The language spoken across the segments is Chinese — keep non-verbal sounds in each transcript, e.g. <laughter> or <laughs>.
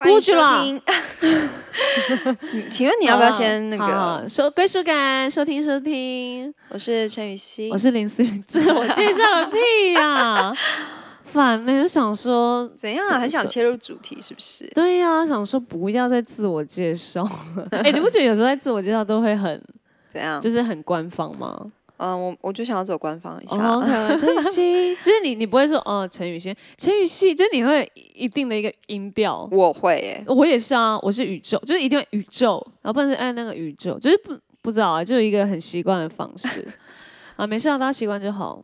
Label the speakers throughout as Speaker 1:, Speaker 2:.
Speaker 1: 欢迎
Speaker 2: 过去
Speaker 1: 收
Speaker 2: 了
Speaker 1: 听你 <laughs> 请问你要不要先那
Speaker 2: 好啊好
Speaker 1: 个？
Speaker 2: 收归属感，收听收听，
Speaker 1: 我是陈雨欣
Speaker 2: 我，是林思雨， <laughs> 这我介绍个屁呀、 <laughs> 反没有想说，
Speaker 1: 怎样啊？很想
Speaker 2: 是
Speaker 1: 切入主题是不是？
Speaker 2: 对呀、想说不要再自我介绍
Speaker 1: <laughs>
Speaker 2: 了。哎、你不觉得有时候在自我介绍都会很
Speaker 1: 怎样？
Speaker 2: 就是很官方吗？
Speaker 1: 嗯，我我就想要走官方一下。
Speaker 2: 哦，OK，陈雨欣， <laughs> 就是你你不会说哦陈雨欣，陈雨欣，就是你会一定的一个音调。
Speaker 1: 我会耶，
Speaker 2: 我也是啊，我是宇宙，就是一定要宇宙，然后不能是按那个宇宙，就是不不知道啊，就是一个很习惯的方式 <laughs> 啊，没事啊，大家习惯就好。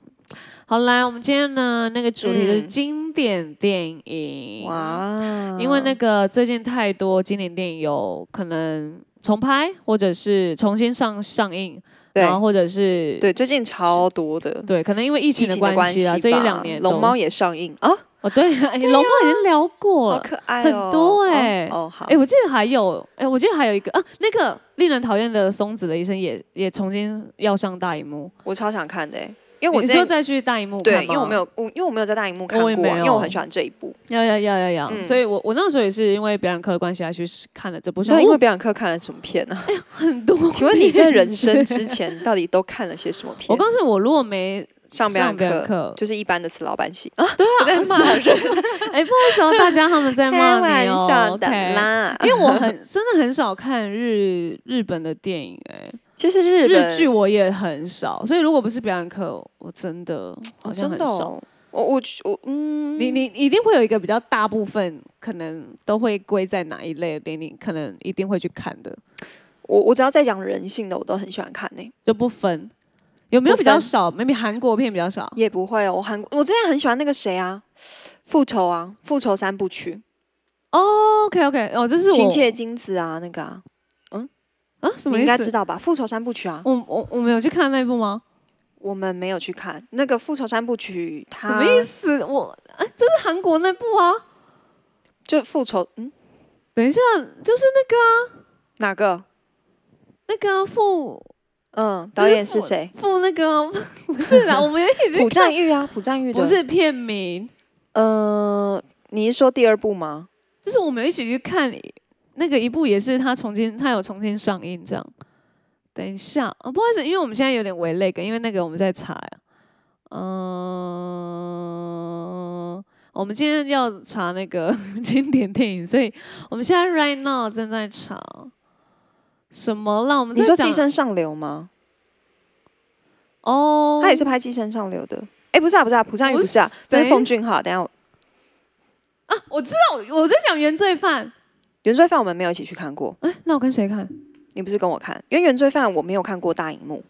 Speaker 2: 好，来，我们今天呢那个主题就是
Speaker 1: 嗯
Speaker 2: 经典电影，
Speaker 1: 哇！
Speaker 2: 因为那个最近太多经典电影有可能重拍，或者是重新上上映，然后
Speaker 1: 对
Speaker 2: 或者是
Speaker 1: 对，最近超多的
Speaker 2: 对，可能因为疫
Speaker 1: 疫
Speaker 2: 情的
Speaker 1: 情的关
Speaker 2: 系啊，
Speaker 1: 吧
Speaker 2: 这一两年
Speaker 1: 哦龙
Speaker 2: 都
Speaker 1: 猫
Speaker 2: 是
Speaker 1: 也上映啊，
Speaker 2: 哦 <laughs> 对，哎龙猫已经聊过
Speaker 1: 好
Speaker 2: 了，
Speaker 1: 可爱
Speaker 2: 很
Speaker 1: 哦，
Speaker 2: 多
Speaker 1: 哦
Speaker 2: 哎
Speaker 1: 哦好
Speaker 2: 哎、，我记得还有，哎、我记得还有一个啊，那个令人讨厌的松子的医生也也重新要上大荧幕，
Speaker 1: 我超想看的欸，因为我
Speaker 2: 你
Speaker 1: 之
Speaker 2: 说
Speaker 1: 前
Speaker 2: 再去大荧幕看
Speaker 1: 对，
Speaker 2: 吗
Speaker 1: 因为我没有我因为我没有在大荧幕看
Speaker 2: 我
Speaker 1: 过
Speaker 2: 也
Speaker 1: 啊，
Speaker 2: 没
Speaker 1: 因为我
Speaker 2: 有
Speaker 1: 很喜欢这一部，
Speaker 2: 要要要要要，
Speaker 1: 嗯
Speaker 2: 所以我我那时候也是因为表演课的关系还去看了这部，
Speaker 1: 对，
Speaker 2: 想
Speaker 1: 因
Speaker 2: 说
Speaker 1: 为
Speaker 2: 哦
Speaker 1: 表演课看了什么片啊呢？
Speaker 2: 很多。
Speaker 1: <laughs> 请问你在人生之前到底都看了些什么片？
Speaker 2: <laughs> 我告诉你，我如果没
Speaker 1: 上表演
Speaker 2: 表演
Speaker 1: 课
Speaker 2: 课，
Speaker 1: 就是一般的死老板戏啊，
Speaker 2: 对
Speaker 1: 我
Speaker 2: 啊，
Speaker 1: 在
Speaker 2: 啊
Speaker 1: 骂，人，
Speaker 2: 哎、不好意思哦，大家他们 <laughs> 在
Speaker 1: 开
Speaker 2: 骂
Speaker 1: 玩
Speaker 2: 你哦
Speaker 1: 笑的
Speaker 2: ，OK。
Speaker 1: 啦。
Speaker 2: 因为我很 <laughs> 真的很少看日日本的电影、哎，
Speaker 1: 其实日本
Speaker 2: 日剧我也很少，所以如果不是表演课，我真的好
Speaker 1: 哦，
Speaker 2: 像
Speaker 1: 真
Speaker 2: 很
Speaker 1: 的
Speaker 2: 少。
Speaker 1: 哦，我我我嗯，
Speaker 2: 你你一定会有一个比较大部分可能都会归在哪一类的电影，可能一定会去看的，
Speaker 1: 我我只要在讲人性的，我都很喜欢看呢、
Speaker 2: 就不分。有没有
Speaker 1: 不
Speaker 2: 比较
Speaker 1: 分
Speaker 2: 少？maybe 韩国片比较少。
Speaker 1: 也不会哦，我韩国我之前很喜欢那个谁啊，复仇啊，复仇三部曲，
Speaker 2: OK OK，哦，这是我
Speaker 1: 亲切金子啊，那个啊，
Speaker 2: 啊，什
Speaker 1: 你
Speaker 2: 么
Speaker 1: 应
Speaker 2: 意
Speaker 1: 该知
Speaker 2: 思？哦
Speaker 1: 道吧？复仇三部曲啊，
Speaker 2: 我我我们有去看那一部吗？
Speaker 1: 我们没有去看那个复仇三部曲，
Speaker 2: 什
Speaker 1: 它
Speaker 2: 么意？思？我啊，这是韩国那部啊。
Speaker 1: 就复仇，嗯，
Speaker 2: 等一下，就是
Speaker 1: 哪个？
Speaker 2: 那个啊付
Speaker 1: 嗯，
Speaker 2: 就
Speaker 1: 导演是
Speaker 2: 付
Speaker 1: 谁？
Speaker 2: 付那个啊 <laughs> 不是啊，我们也一
Speaker 1: <laughs> 朴
Speaker 2: 直
Speaker 1: 赞玉啊，朴赞玉的。
Speaker 2: 不，是片名，
Speaker 1: 呃，你是说第二部吗？
Speaker 2: 就是我们有一起去看那个一部，也是他重新，他有重新上映这样。等一下啊、不好意思，因为我们现在有点围累梗，因为那个我们在查呀。嗯、我们今天要查那个 <laughs> 经典电影，所以我们现在 right now 正在查什么啦？我们
Speaker 1: 你
Speaker 2: 在
Speaker 1: 说《
Speaker 2: 讲
Speaker 1: 寄生上流》吗？
Speaker 2: 哦，
Speaker 1: 他也是拍《寄生上流》的。哎，不是啊，不是啊，朴赞玉
Speaker 2: 不
Speaker 1: 不是啊
Speaker 2: 是，
Speaker 1: 这
Speaker 2: 等一
Speaker 1: 是奉俊昊。等一下我，
Speaker 2: 啊，我知道，我在讲原罪犯。
Speaker 1: 原罪犯我们没有一起去看过，
Speaker 2: 哎、那我跟谁看？
Speaker 1: 你不是跟我看？因为原罪犯我没有看过大荧幕，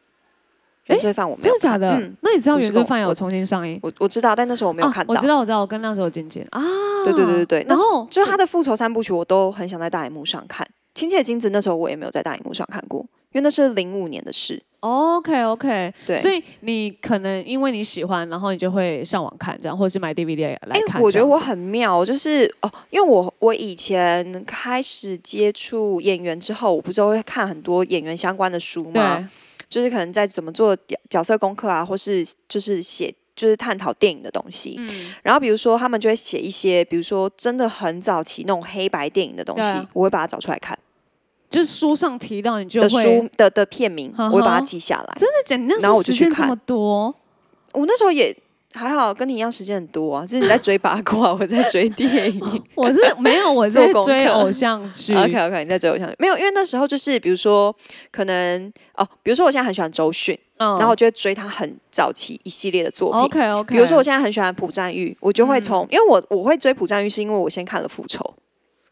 Speaker 1: 原罪犯我没
Speaker 2: 真
Speaker 1: 有
Speaker 2: 的假
Speaker 1: 看
Speaker 2: 的？
Speaker 1: 嗯，
Speaker 2: 那你知道
Speaker 1: 不是
Speaker 2: 原罪
Speaker 1: 跟我
Speaker 2: 犯有
Speaker 1: 我
Speaker 2: 重新上映？
Speaker 1: 我我知道，但那时候我没有看到。
Speaker 2: 哦。我知道，我知道，我跟那时候简简啊。
Speaker 1: 对对对对对那
Speaker 2: 然
Speaker 1: 是
Speaker 2: 后
Speaker 1: 就是他的复仇三部曲，我都很想在大荧幕上看。亲切的金子那时候我也没有在大荧幕上看过，因为那是零五年的事。
Speaker 2: OK OK，
Speaker 1: 对，
Speaker 2: 所以你可能因为你喜欢，然后你就会上网看这样，或者是买 DVD 来
Speaker 1: 哎、
Speaker 2: 看。
Speaker 1: 我觉得
Speaker 2: 这样
Speaker 1: 我
Speaker 2: 子
Speaker 1: 很妙，就是哦，因为我我以前开始接触演员之后，我不是都会看很多演员相关的书吗？
Speaker 2: 对
Speaker 1: 就是可能在怎么做角角色功课啊，或是就是写就是探讨电影的东西。
Speaker 2: 嗯
Speaker 1: 然后比如说他们就会写一些，比如说真的很早期那种黑白电影的东西，
Speaker 2: 对啊
Speaker 1: 我会把它找出来看
Speaker 2: 就是书上提到你就
Speaker 1: 的
Speaker 2: 会
Speaker 1: 书的的片名，
Speaker 2: 呵
Speaker 1: 我会把
Speaker 2: 呵
Speaker 1: 它记下来。
Speaker 2: 真的假的？你那时
Speaker 1: 然后
Speaker 2: 候
Speaker 1: 我就
Speaker 2: 时
Speaker 1: 去
Speaker 2: 间这
Speaker 1: 看
Speaker 2: 么多，
Speaker 1: 我那时候也还好，跟你一样时间很多啊，就是你在追八卦， <laughs> 我在追电
Speaker 2: <laughs>
Speaker 1: 影。
Speaker 2: 我是没有，我是
Speaker 1: 做
Speaker 2: 在
Speaker 1: 功
Speaker 2: 追
Speaker 1: 课
Speaker 2: 偶像剧。
Speaker 1: OK OK，你在追偶像剧没有？因为那时候就是比如说，可能哦，比如说我现在很喜欢周迅，
Speaker 2: 嗯
Speaker 1: 然后我就会追他很早期一系列的作品。
Speaker 2: OK OK，嗯
Speaker 1: 比如说我现在很喜欢朴赞玉，我就会从、因为我我会追朴赞玉是因为我先看了《复仇》，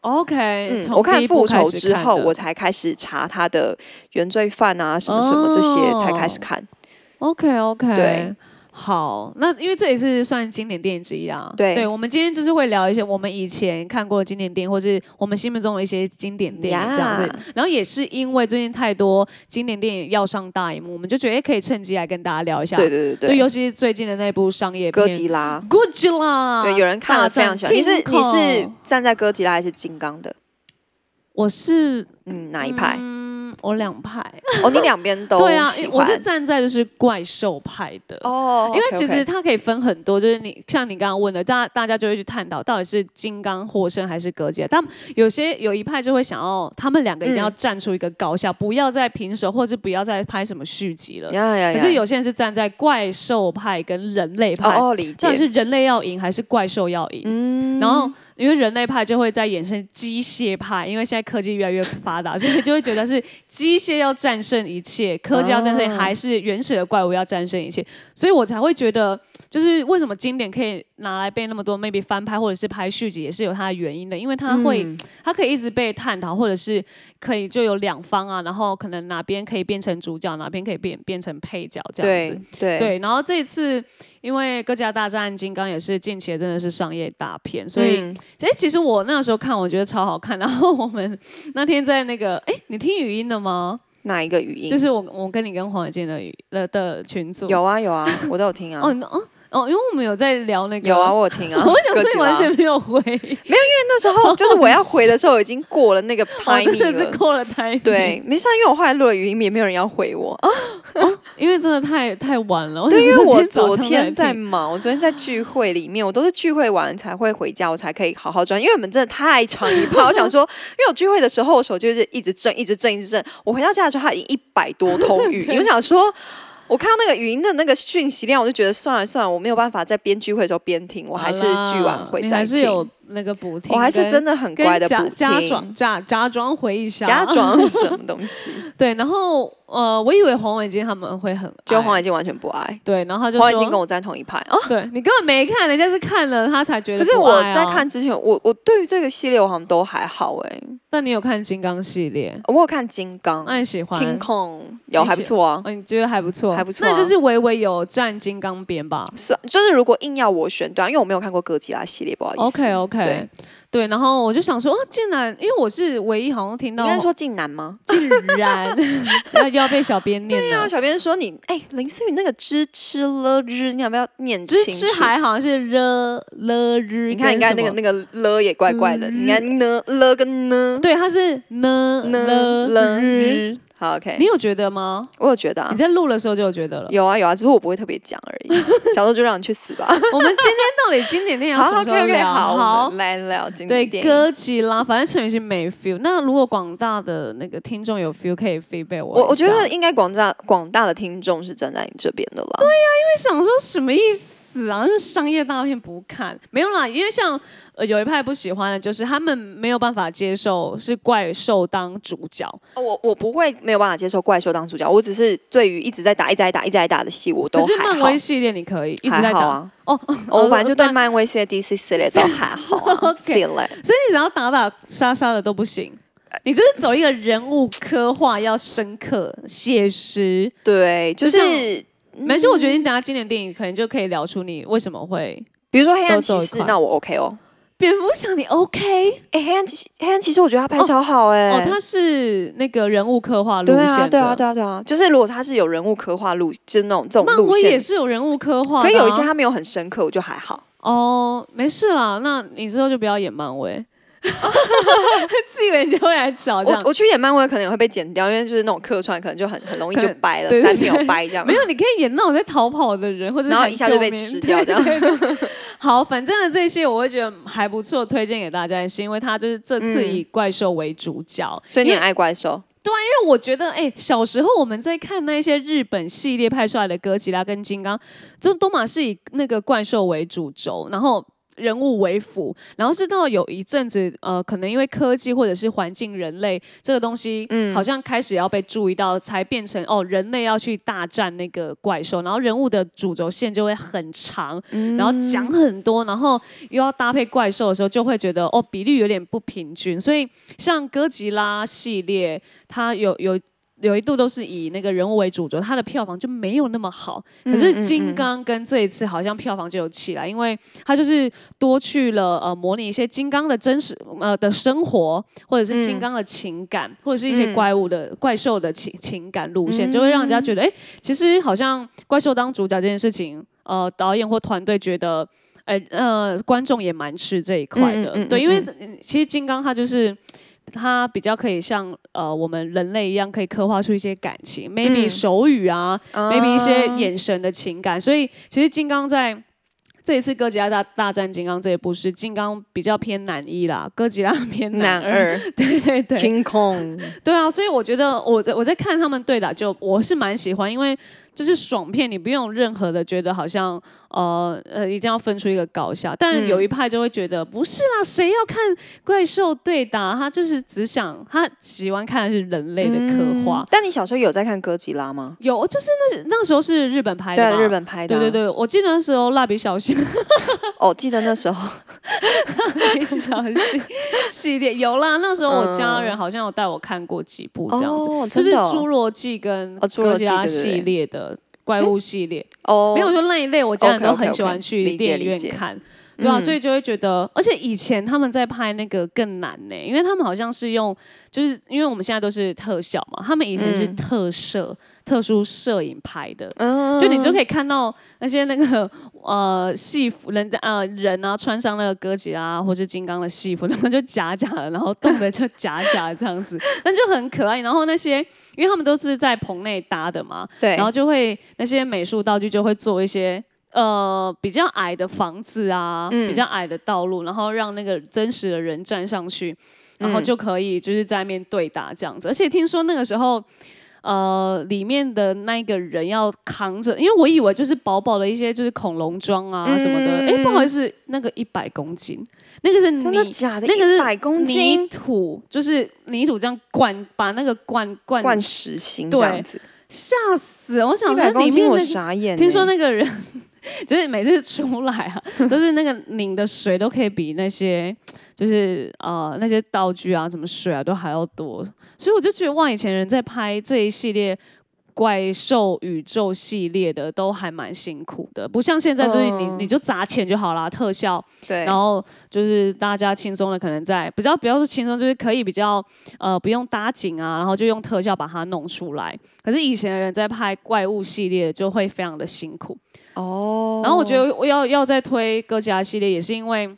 Speaker 2: OK，
Speaker 1: 嗯，
Speaker 2: 从
Speaker 1: 我看
Speaker 2: 第
Speaker 1: 《
Speaker 2: 一部
Speaker 1: 复
Speaker 2: 开
Speaker 1: 仇》
Speaker 2: 始
Speaker 1: 之
Speaker 2: 看
Speaker 1: 后，
Speaker 2: 的
Speaker 1: 我才开始查他的原罪犯啊什么什么这些才开始
Speaker 2: 哦
Speaker 1: 看。
Speaker 2: OK OK，
Speaker 1: 对，
Speaker 2: 好，那因为这也是算经典电影之一啊。
Speaker 1: 对
Speaker 2: 我们今天就是会聊一些我们以前看过的经典电影，或是我们心目中的一些经典电影这样子。
Speaker 1: Yeah
Speaker 2: 然后也是因为最近太多经典电影要上大荧幕，我们就觉得诶可以趁机来跟大家聊一下。
Speaker 1: 对对对
Speaker 2: 尤其是最近的那部商业
Speaker 1: 哥
Speaker 2: 片
Speaker 1: 吉拉。
Speaker 2: 哥吉拉，
Speaker 1: 对，有人看了非常喜欢。
Speaker 2: 大
Speaker 1: 你是
Speaker 2: 战
Speaker 1: 你是
Speaker 2: King Kong
Speaker 1: 站在哥吉拉还是金刚的？
Speaker 2: 我是 <laughs>
Speaker 1: 嗯，哪一派？
Speaker 2: 嗯，我两派，
Speaker 1: 哦，你两边都
Speaker 2: 对啊，
Speaker 1: 喜
Speaker 2: 我是
Speaker 1: 欢
Speaker 2: 站在就是怪兽派的。
Speaker 1: 哦，
Speaker 2: 因为
Speaker 1: OK，OK
Speaker 2: 其实它可以分很多，就是你像你刚刚问的，大大家就会去探讨到底是金刚获胜还是格杰。但有些有一派就会想要他们两个一定要
Speaker 1: 嗯
Speaker 2: 站出一个高下，不要再平手，或者是不要再拍什么续集了。
Speaker 1: 呀呀呀，
Speaker 2: 可是有些人是站在怪兽派跟人类派，
Speaker 1: 哦哦理解
Speaker 2: 到底是人类要赢还是怪兽要赢？
Speaker 1: 嗯
Speaker 2: 然后，因为人类派就会在衍生机械派，因为现在科技越来越发达，所以你就会觉得是机械要战胜一切，科技要战胜，
Speaker 1: 哦
Speaker 2: 还是原始的怪物要战胜一切，所以我才会觉得，就是为什么经典可以拿来被那么多 maybe 翻拍或者是拍续集，也是有它的原因的，因为它会，
Speaker 1: 嗯
Speaker 2: 它可以一直被探讨，或者是可以就有两方啊，然后可能哪边可以变成主角，哪边可以变变成配角这样子
Speaker 1: 对。对，
Speaker 2: 对，然后这一次因为《哥吉拉大战金刚》也是近期的真的是商业大片，所以、
Speaker 1: 嗯
Speaker 2: 诶其实我那时候看我觉得超好看。然后我们那天在那个哎、你听语音了吗？
Speaker 1: 哪一个语音？
Speaker 2: 就是我我跟你跟黄伟健的语的的群组
Speaker 1: 有啊有啊，我都有听啊
Speaker 2: 哦，你哦哦，因为我们有在聊那个
Speaker 1: 有啊，。我有听啊。
Speaker 2: <laughs> 我想
Speaker 1: 哥
Speaker 2: 说
Speaker 1: 吉
Speaker 2: 你
Speaker 1: 拉
Speaker 2: 完全没
Speaker 1: <laughs>
Speaker 2: 有回，
Speaker 1: 那时候就是我要回的时候已经过了那
Speaker 2: <laughs>
Speaker 1: 个
Speaker 2: 我真
Speaker 1: timing
Speaker 2: 的是
Speaker 1: 了。
Speaker 2: 过了台。
Speaker 1: 对，没事啊，因为我后来录了语音，也没有人要回我。啊、
Speaker 2: 因为真的太太晚了。
Speaker 1: 对，因
Speaker 2: 想
Speaker 1: 为
Speaker 2: 哦说
Speaker 1: 我
Speaker 2: 今早
Speaker 1: 昨
Speaker 2: 上来
Speaker 1: 天在
Speaker 2: 听
Speaker 1: 忙，我昨天在聚会里面，我都是聚会完才会回家，我才可以好好转。因为我们真的太长一炮，我想
Speaker 2: <laughs>
Speaker 1: 说，因为我聚会的时候，我手就是一直震，一直震，一直震。我回到家的时候，它已经一百多
Speaker 2: <laughs>
Speaker 1: 通语音，我想说。我看到那个语音的那个讯息量，我就觉得算了算了，我没有办法在边聚会的时候边听，我还是
Speaker 2: 好啦
Speaker 1: 聚完会
Speaker 2: 你
Speaker 1: 再
Speaker 2: 还是
Speaker 1: 听。
Speaker 2: 有那个补听跟，
Speaker 1: 我还是真的很乖的
Speaker 2: 跟
Speaker 1: 不
Speaker 2: 假假
Speaker 1: 听。
Speaker 2: 装假假装回忆杀，
Speaker 1: 假装什么东西？
Speaker 2: <laughs> 对，然后呃，我以为黄伟金他们会很爱
Speaker 1: 就黄伟金完全不爱，
Speaker 2: 对，然后哎他就
Speaker 1: 黄
Speaker 2: 说
Speaker 1: 伟金跟我站同一派啊。
Speaker 2: 对你根本没看，人家是哦看了他才觉得、
Speaker 1: 可是我在，看之前，我我对于这个系列我好像都还好哎、
Speaker 2: 但你有看金刚系列，
Speaker 1: 我有看金刚、
Speaker 2: 那、你喜欢？
Speaker 1: King Kong 有
Speaker 2: 哎你喜
Speaker 1: 还不错啊，
Speaker 2: 哦，你觉得还不错，
Speaker 1: 还不错
Speaker 2: 那
Speaker 1: 啊
Speaker 2: 就是微微有站金刚边吧。
Speaker 1: 算就是如果硬要我选，对啊，因为我没有看过哥吉拉系列，不好哦意思。
Speaker 2: OK 哦 OK，
Speaker 1: 对
Speaker 2: 然后我就想说，哦，竟然，因为我是唯一好像听
Speaker 1: 你
Speaker 2: 到，
Speaker 1: 刚才说晋南吗？
Speaker 2: 竟
Speaker 1: <laughs>
Speaker 2: 然要要被小编念
Speaker 1: 对
Speaker 2: 了
Speaker 1: 啊，，小编说你哎、林思雨那个知吃了日，你要不要念
Speaker 2: 只
Speaker 1: 清
Speaker 2: 是
Speaker 1: 楚？
Speaker 2: 吃还好像是了了日，
Speaker 1: 你看你看那个那个了也怪怪的，你
Speaker 2: 嗯
Speaker 1: 看呢了跟呢，
Speaker 2: 对，它是呢
Speaker 1: 呢
Speaker 2: 了
Speaker 1: 了
Speaker 2: 日。
Speaker 1: 好 OK，
Speaker 2: 你有觉得吗？
Speaker 1: 我有觉哎得啊
Speaker 2: 你，在录的时候就有觉得了。
Speaker 1: 有啊有啊，只是我不会特别讲而
Speaker 2: <laughs>
Speaker 1: 已，啊想说就让你去死吧。
Speaker 2: 我们今天到底经典电影要什
Speaker 1: 好
Speaker 2: 么时
Speaker 1: ，OK
Speaker 2: 候
Speaker 1: OK，
Speaker 2: 聊？
Speaker 1: 好，我
Speaker 2: 好
Speaker 1: 们，来聊经
Speaker 2: 对
Speaker 1: 典电影。
Speaker 2: 哥吉拉，反正陈雨欣没 feel。那如果广大的那个听众有 feel，可以 feedback 我一下。
Speaker 1: 我我觉得应该广大广大的听众是站在你这边的啦。
Speaker 2: 在想说什么意思啊？就是商业大片不看，没有啦。因为像呃有一派不喜欢的，就是他们没有办法接受是怪兽当主角。
Speaker 1: 对，啊我我不会没有办法接受怪兽当主角，我只是对于一直在打、一直在打、一直在打的戏，我都
Speaker 2: 可是
Speaker 1: 还
Speaker 2: 漫
Speaker 1: 好
Speaker 2: 威，系列你可以一直在
Speaker 1: 还
Speaker 2: 打，
Speaker 1: 好啊。
Speaker 2: 哦，
Speaker 1: 我本来就对
Speaker 2: 那
Speaker 1: 漫威系列、DC 系列
Speaker 2: <laughs>
Speaker 1: 都还好啊，
Speaker 2: OK
Speaker 1: 系列
Speaker 2: 所以你只要打打杀杀的都不行，你就是走一个人物刻画要深刻、写实。
Speaker 1: 对，就
Speaker 2: 就像
Speaker 1: 是嗯
Speaker 2: 没事，我觉得你等下经典电影可能就可以聊出你为什么会
Speaker 1: 比如说黑暗
Speaker 2: 都走
Speaker 1: 骑
Speaker 2: 一
Speaker 1: 士
Speaker 2: 块，
Speaker 1: 那我 OK 哦。
Speaker 2: 蝙蝠侠，你 OK？
Speaker 1: 哎，黑暗骑士，黑暗骑士，我觉得他拍超好哎。
Speaker 2: 哦，他是那个人物刻画路
Speaker 1: 对
Speaker 2: 线
Speaker 1: 啊，
Speaker 2: 的
Speaker 1: 对啊，对啊，对啊，就是如果他是有人物刻画路，就是那种这种
Speaker 2: 漫
Speaker 1: 路
Speaker 2: 威也
Speaker 1: 线，
Speaker 2: 是有人物刻画的啊、
Speaker 1: 可以有一些他没有很深刻，我就还好。
Speaker 2: 哦，没事啦，那你之后就不要演漫
Speaker 1: <laughs>
Speaker 2: 威， <laughs> 自以为你就会来找这
Speaker 1: 我
Speaker 2: 样。
Speaker 1: 我去演漫威可能也会被剪掉，因为就是那种客串，可能就很很容易
Speaker 2: 可
Speaker 1: 就
Speaker 2: 能
Speaker 1: 掰了
Speaker 2: 对，对
Speaker 1: 三秒
Speaker 2: 对
Speaker 1: 掰这样。
Speaker 2: 没有，你可以演那种在逃跑的人，或者是
Speaker 1: 然后
Speaker 2: 喊
Speaker 1: 一下就被
Speaker 2: 救命
Speaker 1: 吃掉这样。
Speaker 2: 好，反正呢，这些我会觉得还不错，推荐给大家，是因为它就是这次
Speaker 1: 嗯
Speaker 2: 以怪兽为主角，
Speaker 1: 所以你
Speaker 2: 因
Speaker 1: 很
Speaker 2: 为
Speaker 1: 爱怪兽，
Speaker 2: 因为我觉得，哎、小时候我们在看那些日本系列拍出来的哥吉拉跟金刚，就都嘛是以那个怪兽为主轴，然后。人物为辅，然后是到有一阵子，呃，可能因为科技或者是环境、人类这个东西，
Speaker 1: 嗯
Speaker 2: 好像开始要被注意到，才变成哦，人类要去大战那个怪兽，然后人物的主轴线就会很长，
Speaker 1: 嗯
Speaker 2: 然后讲很多，然后又要搭配怪兽的时候，就会觉得哦比率有点不平均。所以像哥吉拉系列，它有有有一度都是以那个人物为主轴，它的票房就没有那么好。可是
Speaker 1: 嗯嗯
Speaker 2: 金
Speaker 1: 嗯
Speaker 2: 刚跟这一次好像票房就有起来，因为它就是多去了呃模拟一些金刚的真实呃的生活，或者是金
Speaker 1: 嗯
Speaker 2: 刚的情感，或者是一些
Speaker 1: 嗯
Speaker 2: 怪物的、怪兽的情情感路线，就会让人家觉得哎、诶其实好像怪兽当主角这件事情，呃，导演或团队觉得。呃呃，观众也蛮吃这一块的，
Speaker 1: 嗯嗯嗯
Speaker 2: 对，因为
Speaker 1: 嗯
Speaker 2: 其实金刚它就是它比较可以像呃我们人类一样，可以刻画出一些感情，maybe
Speaker 1: 嗯
Speaker 2: 手语啊、
Speaker 1: 啊
Speaker 2: m a y b e 一些眼神的情感。所以其实金刚在。这一次哥吉拉大大战金刚这一部是金刚比较偏男一啦，哥吉拉偏
Speaker 1: 男
Speaker 2: 二，
Speaker 1: <laughs> 二
Speaker 2: <laughs> 对对对
Speaker 1: King
Speaker 2: <laughs>
Speaker 1: Kong，
Speaker 2: 对啊，所以我觉得我在我在看他们对打就我是蛮喜欢，因为就是爽片，你不用任何的觉得好像呃呃一定要分出一个高下，但
Speaker 1: 嗯
Speaker 2: 有一派就会觉得、不是啦，谁要看怪兽对打？他就是只想他喜欢看的是人类的刻画。
Speaker 1: 但你小时候有在看哥吉拉吗？
Speaker 2: 有，就是那那时候是日本拍
Speaker 1: 对
Speaker 2: 的
Speaker 1: 啊，
Speaker 2: 嘛，
Speaker 1: 日本拍的、
Speaker 2: 对对。对，我记得那时候蜡笔小新
Speaker 1: 哦，记得那时候，
Speaker 2: 蜡笔小新系列有啦，那时候我家
Speaker 1: 嗯
Speaker 2: 人好像有带我看过几部这样子，
Speaker 1: 哦，
Speaker 2: 就
Speaker 1: 真
Speaker 2: 是
Speaker 1: 的
Speaker 2: 《侏
Speaker 1: 哦，
Speaker 2: 罗纪》跟
Speaker 1: 哦侏罗
Speaker 2: 哥
Speaker 1: 纪
Speaker 2: 吉拉
Speaker 1: 对对对
Speaker 2: 系列的怪物系列，
Speaker 1: 哦
Speaker 2: 没有就那一类，我家人都
Speaker 1: OK，OK，OK，
Speaker 2: 很喜欢去
Speaker 1: 理解
Speaker 2: 电
Speaker 1: 理
Speaker 2: 影
Speaker 1: 解
Speaker 2: 院看，对啊，
Speaker 1: 嗯
Speaker 2: 所以就会觉得，而且以前他们在拍那个更难呢，因为他们好像是用，就是因为我们现在都是特效嘛，他们以前是
Speaker 1: 嗯
Speaker 2: 特摄、特殊摄影拍的，
Speaker 1: 嗯
Speaker 2: 就你就可以看到那些那个 <laughs> 呃戏服人呃人啊穿上那个哥吉拉或是金刚的戏服，他们就假假的，然后动的就假假的这样子，但就很可爱。然后那些因为他们都是在棚内搭的嘛，
Speaker 1: 对，
Speaker 2: 然后就会那些美术道具就会做一些。呃，比较矮的房子啊，
Speaker 1: 嗯
Speaker 2: 比较矮的道路，然后让那个真实的人站上去，然后
Speaker 1: 嗯
Speaker 2: 就可以就是在面对打这样子。而且听说那个时候，呃，里面的那一个人要扛着，因为我以为就是薄薄的一些就是恐龙装啊什么的。哎、不好意思，那个一百公斤，那个是
Speaker 1: 嗯真的
Speaker 2: 泥
Speaker 1: 假的？
Speaker 2: 那个是
Speaker 1: 百公
Speaker 2: 泥
Speaker 1: 斤
Speaker 2: 土，就是泥土这样灌，把那个灌灌
Speaker 1: 灌实心
Speaker 2: 对
Speaker 1: 这样子，
Speaker 2: 吓死！我想
Speaker 1: 一
Speaker 2: 说
Speaker 1: 百公
Speaker 2: 里
Speaker 1: 斤
Speaker 2: 面那
Speaker 1: 我
Speaker 2: 个
Speaker 1: 傻眼欸。
Speaker 2: 听说那个人 <laughs> 就是每次出来啊，都是那个拧的水都可以比那些就是呃那些道具啊、什么水啊都还要多，所以我就觉得哇，以前人在拍这一系列。怪兽宇宙系列的都还蛮辛苦的，不像现在就是你、
Speaker 1: 嗯
Speaker 2: 你就砸钱就好啦，特效，
Speaker 1: 对，
Speaker 2: 然后就是大家轻松的可能在比较不要说轻松，就是可以比较呃不用搭景啊，然后就用特效把它弄出来。可是以前的人在拍怪物系列就会非常的辛苦，
Speaker 1: 哦，
Speaker 2: 然后我觉得我要要再推哥吉拉系列，也是因为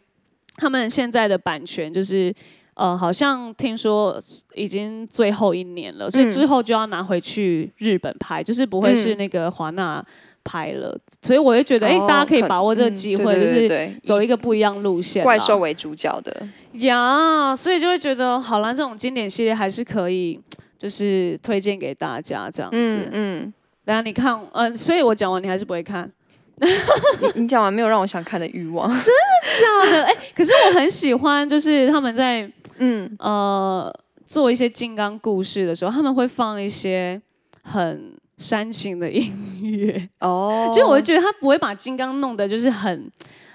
Speaker 2: 他们现在的版权就是。呃，好像听说已经最后一年了，所以
Speaker 1: 嗯
Speaker 2: 之后就要拿回去日本拍，就是不会是
Speaker 1: 嗯
Speaker 2: 那个华纳拍了。所以我就觉得，哎、
Speaker 1: 哦
Speaker 2: 大家可以把握这个
Speaker 1: 嗯
Speaker 2: 机
Speaker 1: 对
Speaker 2: 会，
Speaker 1: 对
Speaker 2: 就
Speaker 1: 对
Speaker 2: 是
Speaker 1: 对以
Speaker 2: 走一个不一样路线啦。
Speaker 1: 怪兽为主角的，
Speaker 2: 呀所以就会觉得好啦，这种经典系列还是可以，就是推荐给大家这样
Speaker 1: 嗯
Speaker 2: 子。
Speaker 1: 嗯，
Speaker 2: 然后、你看，嗯、所以我讲完你还是不会看，
Speaker 1: 你你讲完没有让我想看的欲望， <laughs>
Speaker 2: 真的哎、可是我很喜欢，就是他们在
Speaker 1: 嗯，
Speaker 2: 呃做一些金刚故事的时候，他们会放一些很煽情的音乐，
Speaker 1: 哦，
Speaker 2: 所以我就觉得他不会把金刚弄得就是很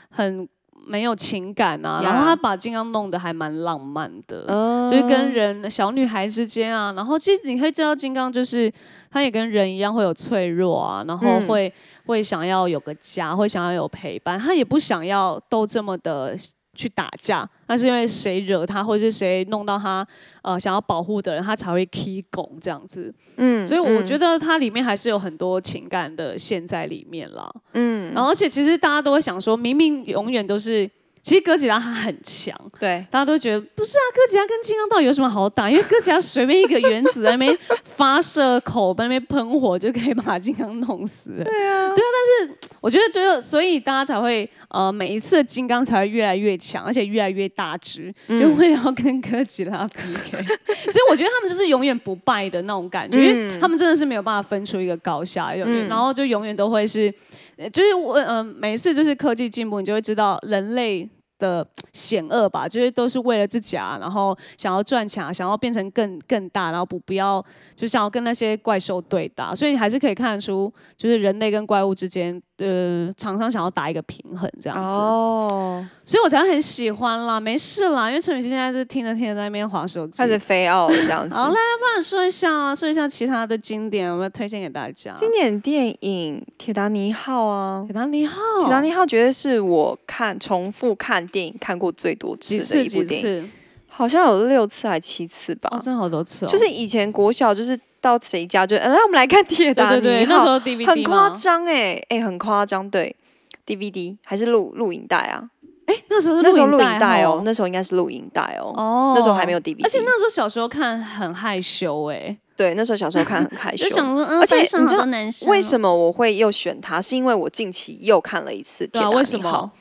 Speaker 2: 很没有情感啊，然后
Speaker 1: Yeah
Speaker 2: 他把金刚弄得还蛮浪漫的。
Speaker 1: 嗯
Speaker 2: 就是跟人小女孩之间啊，然后其实你会知道金刚就是他也跟人一样会有脆弱啊，然后
Speaker 1: 嗯
Speaker 2: 会、会想要有个家，会想要有陪伴，他也不想要都这么的去打架，那是因为谁惹他，或者是谁弄到他呃想要保护的人，他才会踢拱这样子。
Speaker 1: 嗯
Speaker 2: 所以我觉
Speaker 1: 得，
Speaker 2: 得它里面还是有很多情感的线在里面啦。
Speaker 1: 嗯，
Speaker 2: 然后而且其实大家都会想说，明明永远都是，其实哥吉拉他很强。
Speaker 1: 对，
Speaker 2: 大家都觉得不是啊，哥吉拉跟金刚到底有什么好打？因为哥吉拉随便一个原子在那边发射口，在那边喷火就可以把金刚弄死了。 <laughs> 对啊，对啊，但是我觉得觉得，所以大家才会呃，每一次的金刚才会越来越强，而且越来越大只，就为了要跟哥吉拉 PK。所 <laughs> 以我觉得他们就是永远不败的那种感觉，因为他们真的是没有办法分出一个高下，有点，然后就永远都会是，呃就是我嗯、呃，每一次就是科技进步，你就会知道人类。的险恶吧，就是都是为了自己啊，然后想要赚钱啊，想要变成更更大，然后不不要就想要跟那些怪兽对打，所以你还是可以看得出，就是人类跟怪物之间，呃，常常想要打一个平衡这样子，
Speaker 1: 哦，
Speaker 2: 所以我才很喜欢啦，没事啦，因为陈雨欣现在就是听着听着在那边划手机
Speaker 1: 开，始飞奥这样子。
Speaker 2: 好，来，那不然说一下啊，说一下其他的经典，有没有推荐给大家？
Speaker 1: 经典电影《铁达尼号》啊，
Speaker 2: 铁达尼号，
Speaker 1: 《铁达尼号》绝对是我看重复看电影看过最多次
Speaker 2: 几
Speaker 1: 的
Speaker 2: 次
Speaker 1: 一部
Speaker 2: 几
Speaker 1: 电影，
Speaker 2: 次？
Speaker 1: 好像有六次还七次吧。
Speaker 2: 哦，真的好多次哦，
Speaker 1: 就是以前国小就是到谁家就，呃来我们来看《铁
Speaker 2: 对
Speaker 1: 达尼号》
Speaker 2: 对对，那时候 DVD
Speaker 1: 很夸
Speaker 2: 吗
Speaker 1: 张哎哎，很夸张，对，DVD 还是录录影带啊？
Speaker 2: 哎、哎、那时候是
Speaker 1: 那时候
Speaker 2: 录
Speaker 1: 录影带哦，
Speaker 2: 哦，
Speaker 1: 那时候应该是录影带哦，
Speaker 2: 哦
Speaker 1: 那时候还没有 DVD。
Speaker 2: 而且那时候小时候看很害羞哎、
Speaker 1: 对那时候小时候看很害羞
Speaker 2: 就，想说，嗯，
Speaker 1: 而且
Speaker 2: 班上
Speaker 1: 你知
Speaker 2: 好
Speaker 1: 道
Speaker 2: 多男生哦，
Speaker 1: 为什么我会又选它？是因为我近期又看了一次《铁
Speaker 2: 对
Speaker 1: 达
Speaker 2: 啊，为
Speaker 1: 尼
Speaker 2: 什
Speaker 1: 号
Speaker 2: 么》，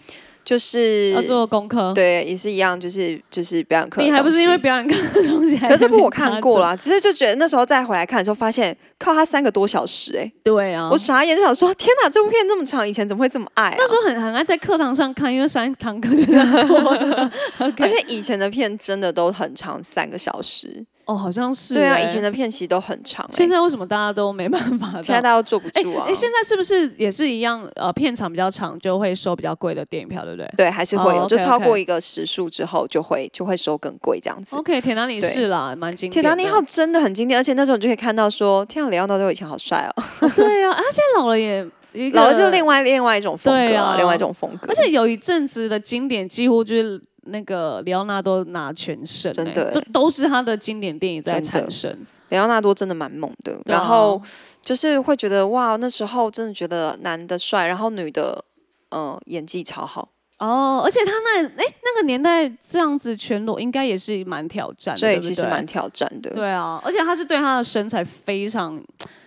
Speaker 1: 就是
Speaker 2: 要做功课？
Speaker 1: 对，也是一样，就是就是表演课的东西。
Speaker 2: 你还不是因为表演课的东西？
Speaker 1: 可是不，我看过。啦，只是就觉得那时候再回来看的时候，发现靠它三个多小时、欸，哎、
Speaker 2: 对啊，
Speaker 1: 我傻眼，就想说天哪，这部片这么长，以前怎么会这么爱、啊？
Speaker 2: 那时候很很爱在课堂上看，因为三堂课就这样过的。
Speaker 1: 而且以前的片真的都很长，三个小时。
Speaker 2: 哦，好像是
Speaker 1: 对啊，
Speaker 2: 欸
Speaker 1: 以前的片其实都很长、欸，
Speaker 2: 现在为什么大家都没办法到？
Speaker 1: 现在大家都坐不住啊。
Speaker 2: 哎、现在是不是也是一样？呃，片场比较长，就会收比较贵的电影票，对不对
Speaker 1: 对，还是会有
Speaker 2: 哦
Speaker 1: 就
Speaker 2: OK，OK
Speaker 1: 超过一个时数之后，就会就会收更贵这样子。
Speaker 2: ？OK，铁达尼是啦，蛮哦经
Speaker 1: 铁
Speaker 2: 典
Speaker 1: 达
Speaker 2: 的。
Speaker 1: 尼号真的很经典，而且那时候你就可以看到说，天啊，雷奥纳多以前好帅哦，
Speaker 2: 对啊，啊他现在老了也一个
Speaker 1: 老了就另外另外一种风
Speaker 2: 对
Speaker 1: 格
Speaker 2: 啊
Speaker 1: 另外一种风格。
Speaker 2: 而且有一阵子的经典几乎就是那个里奥纳多拿全胜、欸，
Speaker 1: 真的欸
Speaker 2: 这都是他的经典电影在
Speaker 1: 真的
Speaker 2: 产生。
Speaker 1: 雷奥纳多真的蛮猛的，
Speaker 2: 对啊
Speaker 1: 然后就是会觉得哇，那时候真的觉得男的帅，然后女的嗯、呃演技超好，
Speaker 2: 哦，而且他那哎、那个年代这样子全裸，应该也是蛮挑战的，
Speaker 1: 所以
Speaker 2: 对不
Speaker 1: 其实
Speaker 2: 对
Speaker 1: 蛮挑战的。
Speaker 2: 对啊，而且他是对他的身材非常，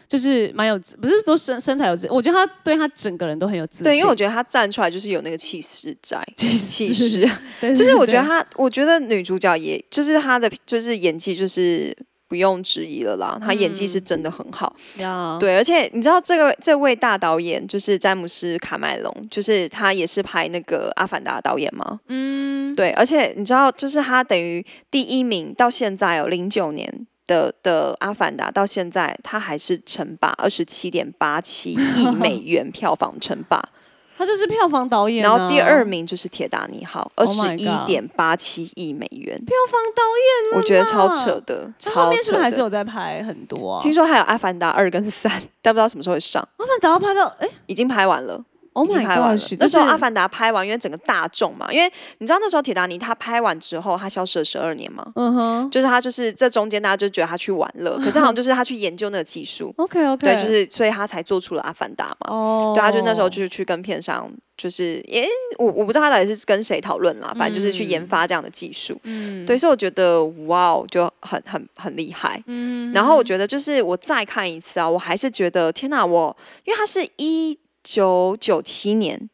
Speaker 2: 就是蛮有自，不是说身身材有自，我觉得他对他整个人都很有自信。
Speaker 1: 对，因为我觉得她站出来就是有那个气势在，气势，
Speaker 2: 对
Speaker 1: 就是我觉得
Speaker 2: 对
Speaker 1: 她，我觉得女主角也就是她的就是演技就是。不用质疑了
Speaker 2: 嗯
Speaker 1: 啦，她演技是真的很好。
Speaker 2: 呀，
Speaker 1: 对，而且你知道这个这位大导演就是詹姆斯卡麦隆，就是他也是拍那个《阿凡达》的导演吗？
Speaker 2: 嗯，
Speaker 1: 对，而且你知道，就是他等于第一名到现在哦，零九年的的《阿凡达》到现在，他还是称霸二十七点八七亿美元票房称霸。
Speaker 2: 他就是票房导演、啊，
Speaker 1: 然后第二名就是《铁达尼号》，二
Speaker 2: Oh
Speaker 1: 十
Speaker 2: my
Speaker 1: 一
Speaker 2: god
Speaker 1: 点八七亿美元，
Speaker 2: 票房导演，
Speaker 1: 我觉得超扯的，
Speaker 2: 他后
Speaker 1: 超
Speaker 2: 面是
Speaker 1: 扯
Speaker 2: 不是还是
Speaker 1: 的。
Speaker 2: 有在拍很多、啊？
Speaker 1: 听说还有《阿凡达二》跟三，但不知道什么时候会上，
Speaker 2: 阿凡达要拍到哎、
Speaker 1: 已经拍完了，
Speaker 2: o
Speaker 1: 已
Speaker 2: h
Speaker 1: 经
Speaker 2: Oh my
Speaker 1: 拍完了
Speaker 2: gosh，。
Speaker 1: 那时候《
Speaker 2: 就是
Speaker 1: 阿凡达》拍完，因为整个大众嘛，因为你知道那时候《铁达尼》他拍完之后，他消失了十二年嘛，
Speaker 2: 嗯哼，
Speaker 1: 就是他就是这中间大家就觉得他去玩了，可是好像就是他去研究那个技术
Speaker 2: ，OK OK，
Speaker 1: 对，就是所以他才做出了《阿凡达》嘛。
Speaker 2: 哦，
Speaker 1: 对，他啊就那时候就是去跟片商，就是也我我不知道他到底是跟谁讨论啦，反正就是去研发这样的技术。
Speaker 2: 嗯
Speaker 1: 对，所以我觉得哇哦，就很很很厉害。
Speaker 2: 嗯
Speaker 1: 然后我觉得就是我再看一次啊，我还是觉得天哪，我因为它是一九九七年。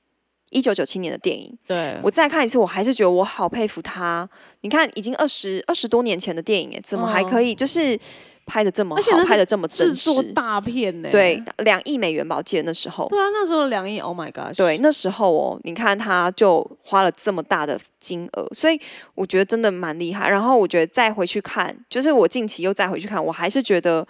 Speaker 1: 一九九七年的电影，
Speaker 2: 对，
Speaker 1: 我再看一次，我还是觉得我好佩服他。你看，已经二十二十多年前的电影，哎，怎么还可以就是拍的这么
Speaker 2: 哦而且那
Speaker 1: 好，
Speaker 2: 是
Speaker 1: 拍的这么
Speaker 2: 制
Speaker 1: 真实
Speaker 2: 作？大片呢、
Speaker 1: 对，两亿美元吧，我记得那时候。
Speaker 2: 对啊，那时候两亿，Oh my gosh，
Speaker 1: 对，那时候哦，你看他就花了这么大的金额，所以我觉得真的蛮厉害。然后我觉得再回去看，就是我近期又再回去看，我还是觉得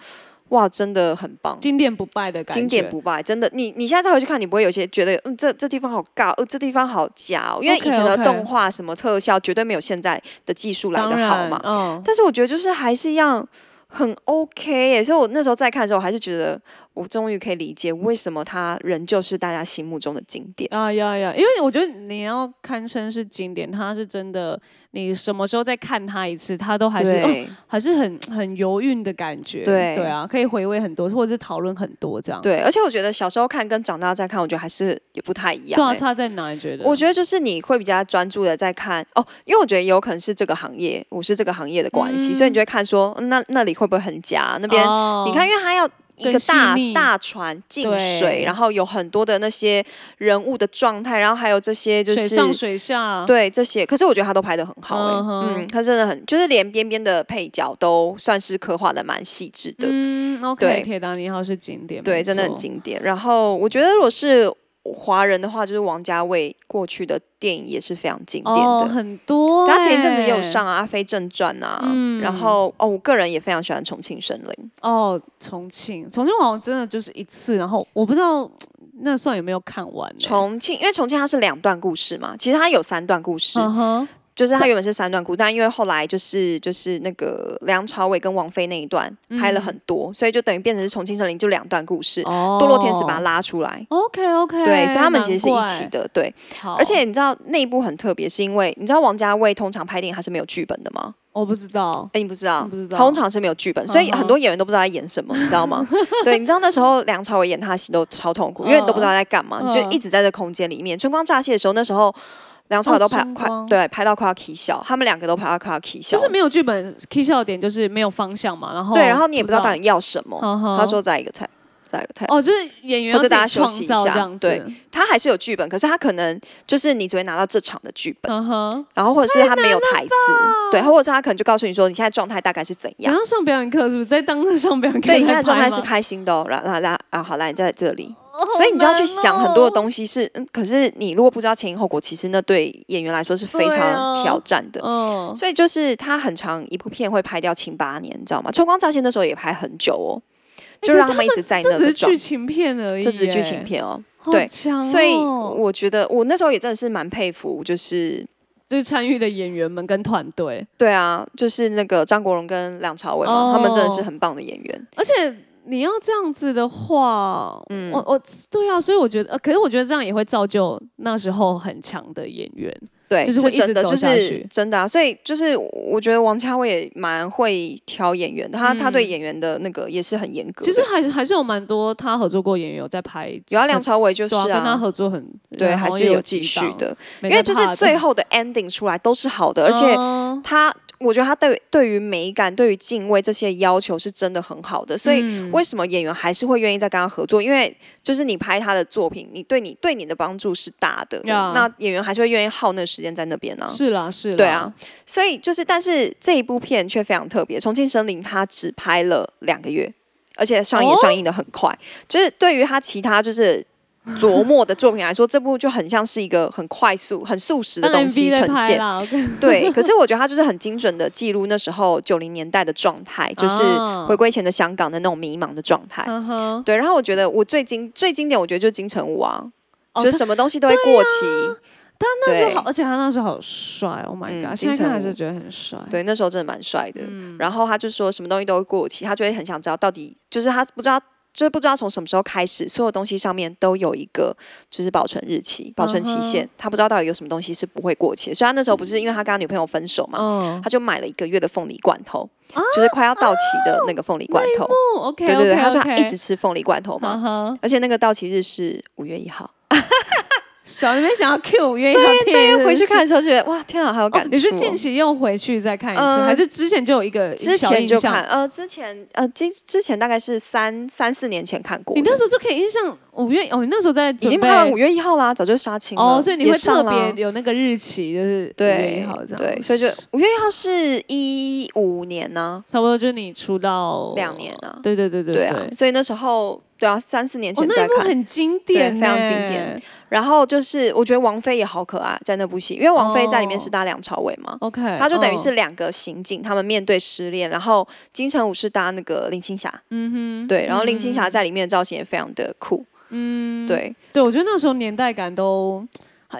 Speaker 1: 哇，真的很棒，
Speaker 2: 经典不败的感觉，
Speaker 1: 经典不败，真的。你你现在再回去看，你不会有些觉得嗯，这这地方好尬，呃，这地方好假、哦，因为以前的
Speaker 2: OK，OK
Speaker 1: 动画什么特效绝对没有现在的技术来
Speaker 2: 当
Speaker 1: 的
Speaker 2: 然，
Speaker 1: 好嘛。
Speaker 2: 嗯，
Speaker 1: 但是我觉得就是还是一样很 OK 耶，所以我那时候再看的时候，我还是觉得我终于可以理解为什么它仍旧是大家心目中的经典。
Speaker 2: 啊呀呀，因为我觉得你要堪称是经典，它是真的，你什么时候再看它一次，它都还是、哦、
Speaker 1: 对、
Speaker 2: 还是很很犹豫的感觉，
Speaker 1: 对
Speaker 2: 对啊，可以回味很多，或者是讨论很多这样，
Speaker 1: 对，而且我觉得小时候看跟长大再看，我觉得还是也不太一样
Speaker 2: 对啊，
Speaker 1: 耶、
Speaker 2: 差在哪？你觉得？
Speaker 1: 我觉得就是你会比较专注的在看哦，因为我觉得有可能是这个行业，我是这个行业的关系，
Speaker 2: 嗯
Speaker 1: 所以你就会看说，嗯那那里会不会很假？那边、
Speaker 2: 哦
Speaker 1: 你看，因为它要一个
Speaker 2: 更细
Speaker 1: 大
Speaker 2: 腻
Speaker 1: 大船进
Speaker 2: 对
Speaker 1: 水，然后有很多的那些人物的状态，然后还有这些就是
Speaker 2: 水上水下，
Speaker 1: 对这些，可是我觉得他都拍的很好、欸，
Speaker 2: 嗯哼
Speaker 1: 嗯，他真的很，就是连边边的配角都算是刻画的蛮细致的，
Speaker 2: 嗯
Speaker 1: 对
Speaker 2: ，OK，铁达尼号是经典，
Speaker 1: 对，
Speaker 2: 没
Speaker 1: 真的很
Speaker 2: 错。
Speaker 1: 经典。然后我觉得如果是华人的话，就是王家卫过去的电影也是非常经典
Speaker 2: 哦，
Speaker 1: 的。
Speaker 2: 很多、
Speaker 1: 他前一阵子也有
Speaker 2: 欸
Speaker 1: 上啊，《阿飞正传》啊，
Speaker 2: 嗯
Speaker 1: 然后哦，我个人也非常喜欢《重庆森林》，欸
Speaker 2: 哦，重庆，重庆好像真的就是一次，然后我不知道那算有没有看完、欸。
Speaker 1: 重庆，因为重庆它是两段故事嘛，其实它有三段故事，
Speaker 2: 嗯哼，
Speaker 1: 就是它原本是三段故事，但因为后来就是就是那个梁朝伟跟王菲那一段拍了很多，所以就等于变成是重庆森林就两段故事，
Speaker 2: 嗯哦
Speaker 1: 堕落天使把它拉出来，
Speaker 2: OK OK，
Speaker 1: 对，所以他们其实是一起的，对。
Speaker 2: 哎好，
Speaker 1: 而且你知道那一部很特别，是因为你知道王家卫通常拍电影他是没有剧本的吗？
Speaker 2: 我不知道，
Speaker 1: 哎，你不知道，嗯
Speaker 2: 我不知道
Speaker 1: 通常是没有剧本，所以很多演员都不知道在演什么，你知道 <laughs> 吗？对，你知道那时候梁朝伟嗯演他的戏都超痛苦，因为你都不知道在干嘛，
Speaker 2: 嗯
Speaker 1: 你就一直在这空间里面。春光乍泄的时候，那时候。梁朝伟都拍
Speaker 2: 哦星
Speaker 1: 快
Speaker 2: 光
Speaker 1: 对拍到快要起笑，他们两个都拍到快要起笑
Speaker 2: 就
Speaker 1: 了，
Speaker 2: 是没有剧本 key 笑点，就是没有方向嘛。然后
Speaker 1: 对，然后你也不知道导演要什么，
Speaker 2: 嗯哼
Speaker 1: 他说再一个菜，再一个菜，
Speaker 2: 哦，就是演员要
Speaker 1: 或者
Speaker 2: 自
Speaker 1: 大家
Speaker 2: 己
Speaker 1: 休
Speaker 2: 创
Speaker 1: 息一
Speaker 2: 造这
Speaker 1: 下
Speaker 2: 样子，
Speaker 1: 对，他还是有剧本，可是他可能就是你只会拿到这场的剧本，
Speaker 2: 嗯哼。
Speaker 1: 然后或者是他没有台词，对，或者是他可能就告诉你说你现在状态大概是怎
Speaker 2: 然
Speaker 1: 样。
Speaker 2: 后上表演课是不是在当那上表演课？
Speaker 1: 对，你现在状态是，开心的、哦，然后然后啊，好啦，你在这里，
Speaker 2: 哦
Speaker 1: 所以你就要去想很多的东西是，嗯，可是你如果不知道前因后果，其实那对演员来说是非
Speaker 2: 对
Speaker 1: 常
Speaker 2: 啊
Speaker 1: 挑战的。
Speaker 2: 嗯，
Speaker 1: 所以就是他很长一部片会拍掉七八年，你知道吗？《春光乍泄》那时候也拍很久哦，就
Speaker 2: 哎可
Speaker 1: 让
Speaker 2: 是
Speaker 1: 他们一直在
Speaker 2: 这
Speaker 1: 那
Speaker 2: 只
Speaker 1: 个
Speaker 2: 是
Speaker 1: 状
Speaker 2: 剧，情片而已，
Speaker 1: 这只是剧情，片哦。对
Speaker 2: 好强哦。
Speaker 1: 所以我觉得我那时候也真的是蛮佩服，就是
Speaker 2: 就是参与的演员们跟团队，
Speaker 1: 对啊，就是那个张国荣跟梁朝伟嘛，
Speaker 2: 哦
Speaker 1: 他们真的是很棒的演员。
Speaker 2: 而且你要这样子的话，嗯，我我对啊，所以我觉得，呃可是我觉得这样也会造就那时候很强的演员，
Speaker 1: 对，
Speaker 2: 就是
Speaker 1: 是
Speaker 2: 会一直
Speaker 1: 真的，
Speaker 2: 走
Speaker 1: 就
Speaker 2: 下
Speaker 1: 是
Speaker 2: 去
Speaker 1: 真的啊！所以就是，我觉得王家卫也蛮会挑演员的，他、他对演员的那个也是很严格的。
Speaker 2: 嗯其实还是还是有蛮多他合作过演员有在拍，
Speaker 1: 有啊，梁朝伟就是
Speaker 2: 对啊，跟他
Speaker 1: 啊，
Speaker 2: 合作很
Speaker 1: 对，
Speaker 2: 然后
Speaker 1: 还是
Speaker 2: 也
Speaker 1: 有
Speaker 2: 有
Speaker 1: 继
Speaker 2: 几
Speaker 1: 续
Speaker 2: 档
Speaker 1: 的，
Speaker 2: 没
Speaker 1: 因为
Speaker 2: 在
Speaker 1: 就
Speaker 2: 怕
Speaker 1: 是
Speaker 2: 的
Speaker 1: 最后的 ending 出来都是好的，而且
Speaker 2: 嗯
Speaker 1: 他，我觉得他对对于美感、对于敬畏这些要求是真的很好的，所以
Speaker 2: 嗯
Speaker 1: 为什么演员还是会愿意再跟他合作？因为就是你拍他的作品，你对你对你的帮助是大的
Speaker 2: Yeah
Speaker 1: 那演员还是会愿意耗那时间在那边呢、
Speaker 2: 是啦是啦，
Speaker 1: 对啊，所以就是，但是这一部片却非常特别，《重庆森林》它只拍了两个月，而且上映
Speaker 2: 哦
Speaker 1: 上映的很快，就是对于他其他就是。琢磨的作品来说，这部就很像是一个很快速、很速食的
Speaker 2: 当
Speaker 1: 东
Speaker 2: MV
Speaker 1: 西
Speaker 2: 在
Speaker 1: 呈
Speaker 2: 拍
Speaker 1: 现。
Speaker 2: 啦， <laughs>
Speaker 1: 对，可是我觉得他就是很精准的记录那时候九零年代的状态， <laughs> 就是
Speaker 2: 啊
Speaker 1: 回归前的香港的那种迷茫的状态。
Speaker 2: 嗯哼，
Speaker 1: 对，然后我觉得我最经最经典，我觉得就是金城武啊，
Speaker 2: 哦
Speaker 1: 就是什么东西都会过期。
Speaker 2: 他那时候
Speaker 1: 对
Speaker 2: 好，而嗯且他那时候好帅，Oh my
Speaker 1: 嗯
Speaker 2: god，
Speaker 1: 金
Speaker 2: 现在看
Speaker 1: 城
Speaker 2: 还
Speaker 1: 武
Speaker 2: 是觉得很帅，
Speaker 1: 对，那时候真的蛮帅的。
Speaker 2: 嗯
Speaker 1: 然后他就说什么东西都会过期，他就会很想知道到底，就是他不知道，就是不知道从什么时候开始，所有东西上面都有一个就是保存日期、保存期
Speaker 2: 嗯
Speaker 1: 限，他不知道到底有什么东西是不会过期的。所以他那时候不是因为他跟他女朋友分手嘛，
Speaker 2: 嗯，
Speaker 1: 他就买了一个月的凤梨罐头，就是快要到期的那个凤梨罐头。
Speaker 2: 啊哦，OK，
Speaker 1: 对对对，他说他
Speaker 2: OK，OK
Speaker 1: 一直吃凤梨罐头
Speaker 2: 嗯
Speaker 1: 嘛，
Speaker 2: 哼，
Speaker 1: 而且那个到期日是五月一号。
Speaker 2: 小那边想要
Speaker 1: <laughs>
Speaker 2: Q 五月一号电
Speaker 1: 因
Speaker 2: 影
Speaker 1: 为回去看
Speaker 2: 真
Speaker 1: 的时候觉得哇，天啊，好有
Speaker 2: 啊的是。
Speaker 1: 感
Speaker 2: 哦
Speaker 1: 触、
Speaker 2: 你是近期又回去再看一次，
Speaker 1: 呃
Speaker 2: 还是之前就有一个
Speaker 1: 之
Speaker 2: 小
Speaker 1: 前
Speaker 2: 印
Speaker 1: 就
Speaker 2: 象
Speaker 1: 看，呃，之前呃，之之前大概是三三四年前看过的。
Speaker 2: 你那时候就可以印象五月哦，你那时候在
Speaker 1: 已
Speaker 2: 准
Speaker 1: 经
Speaker 2: 备
Speaker 1: 拍完五月一号啦，早就杀青了。
Speaker 2: 哦，所以你
Speaker 1: 也
Speaker 2: 会特
Speaker 1: 上啦
Speaker 2: 别有那个日期，就是五月一
Speaker 1: 对
Speaker 2: 号这样，
Speaker 1: 对，所以就五月一号是一五年呢、
Speaker 2: 差不多就是你出道
Speaker 1: 两年啊
Speaker 2: 对对对哦对
Speaker 1: 对啊，所以那时候对啊，三四年
Speaker 2: 哦，
Speaker 1: 前
Speaker 2: 那
Speaker 1: 再
Speaker 2: 一幕
Speaker 1: 看，
Speaker 2: 很经典
Speaker 1: 对
Speaker 2: 呢，
Speaker 1: 非常经典然后就是我觉得王菲也好可爱，在那部戏，因为王菲在里面是搭梁朝伟嘛。
Speaker 2: OK，
Speaker 1: 他就等于
Speaker 2: 嗯
Speaker 1: 是两个刑警，他们面对失恋，然后金城武是搭那个林青霞，嗯哼，对，然后林青霞在里面的造型也非常的酷，嗯，对，
Speaker 2: 对，我觉得那时候年代感都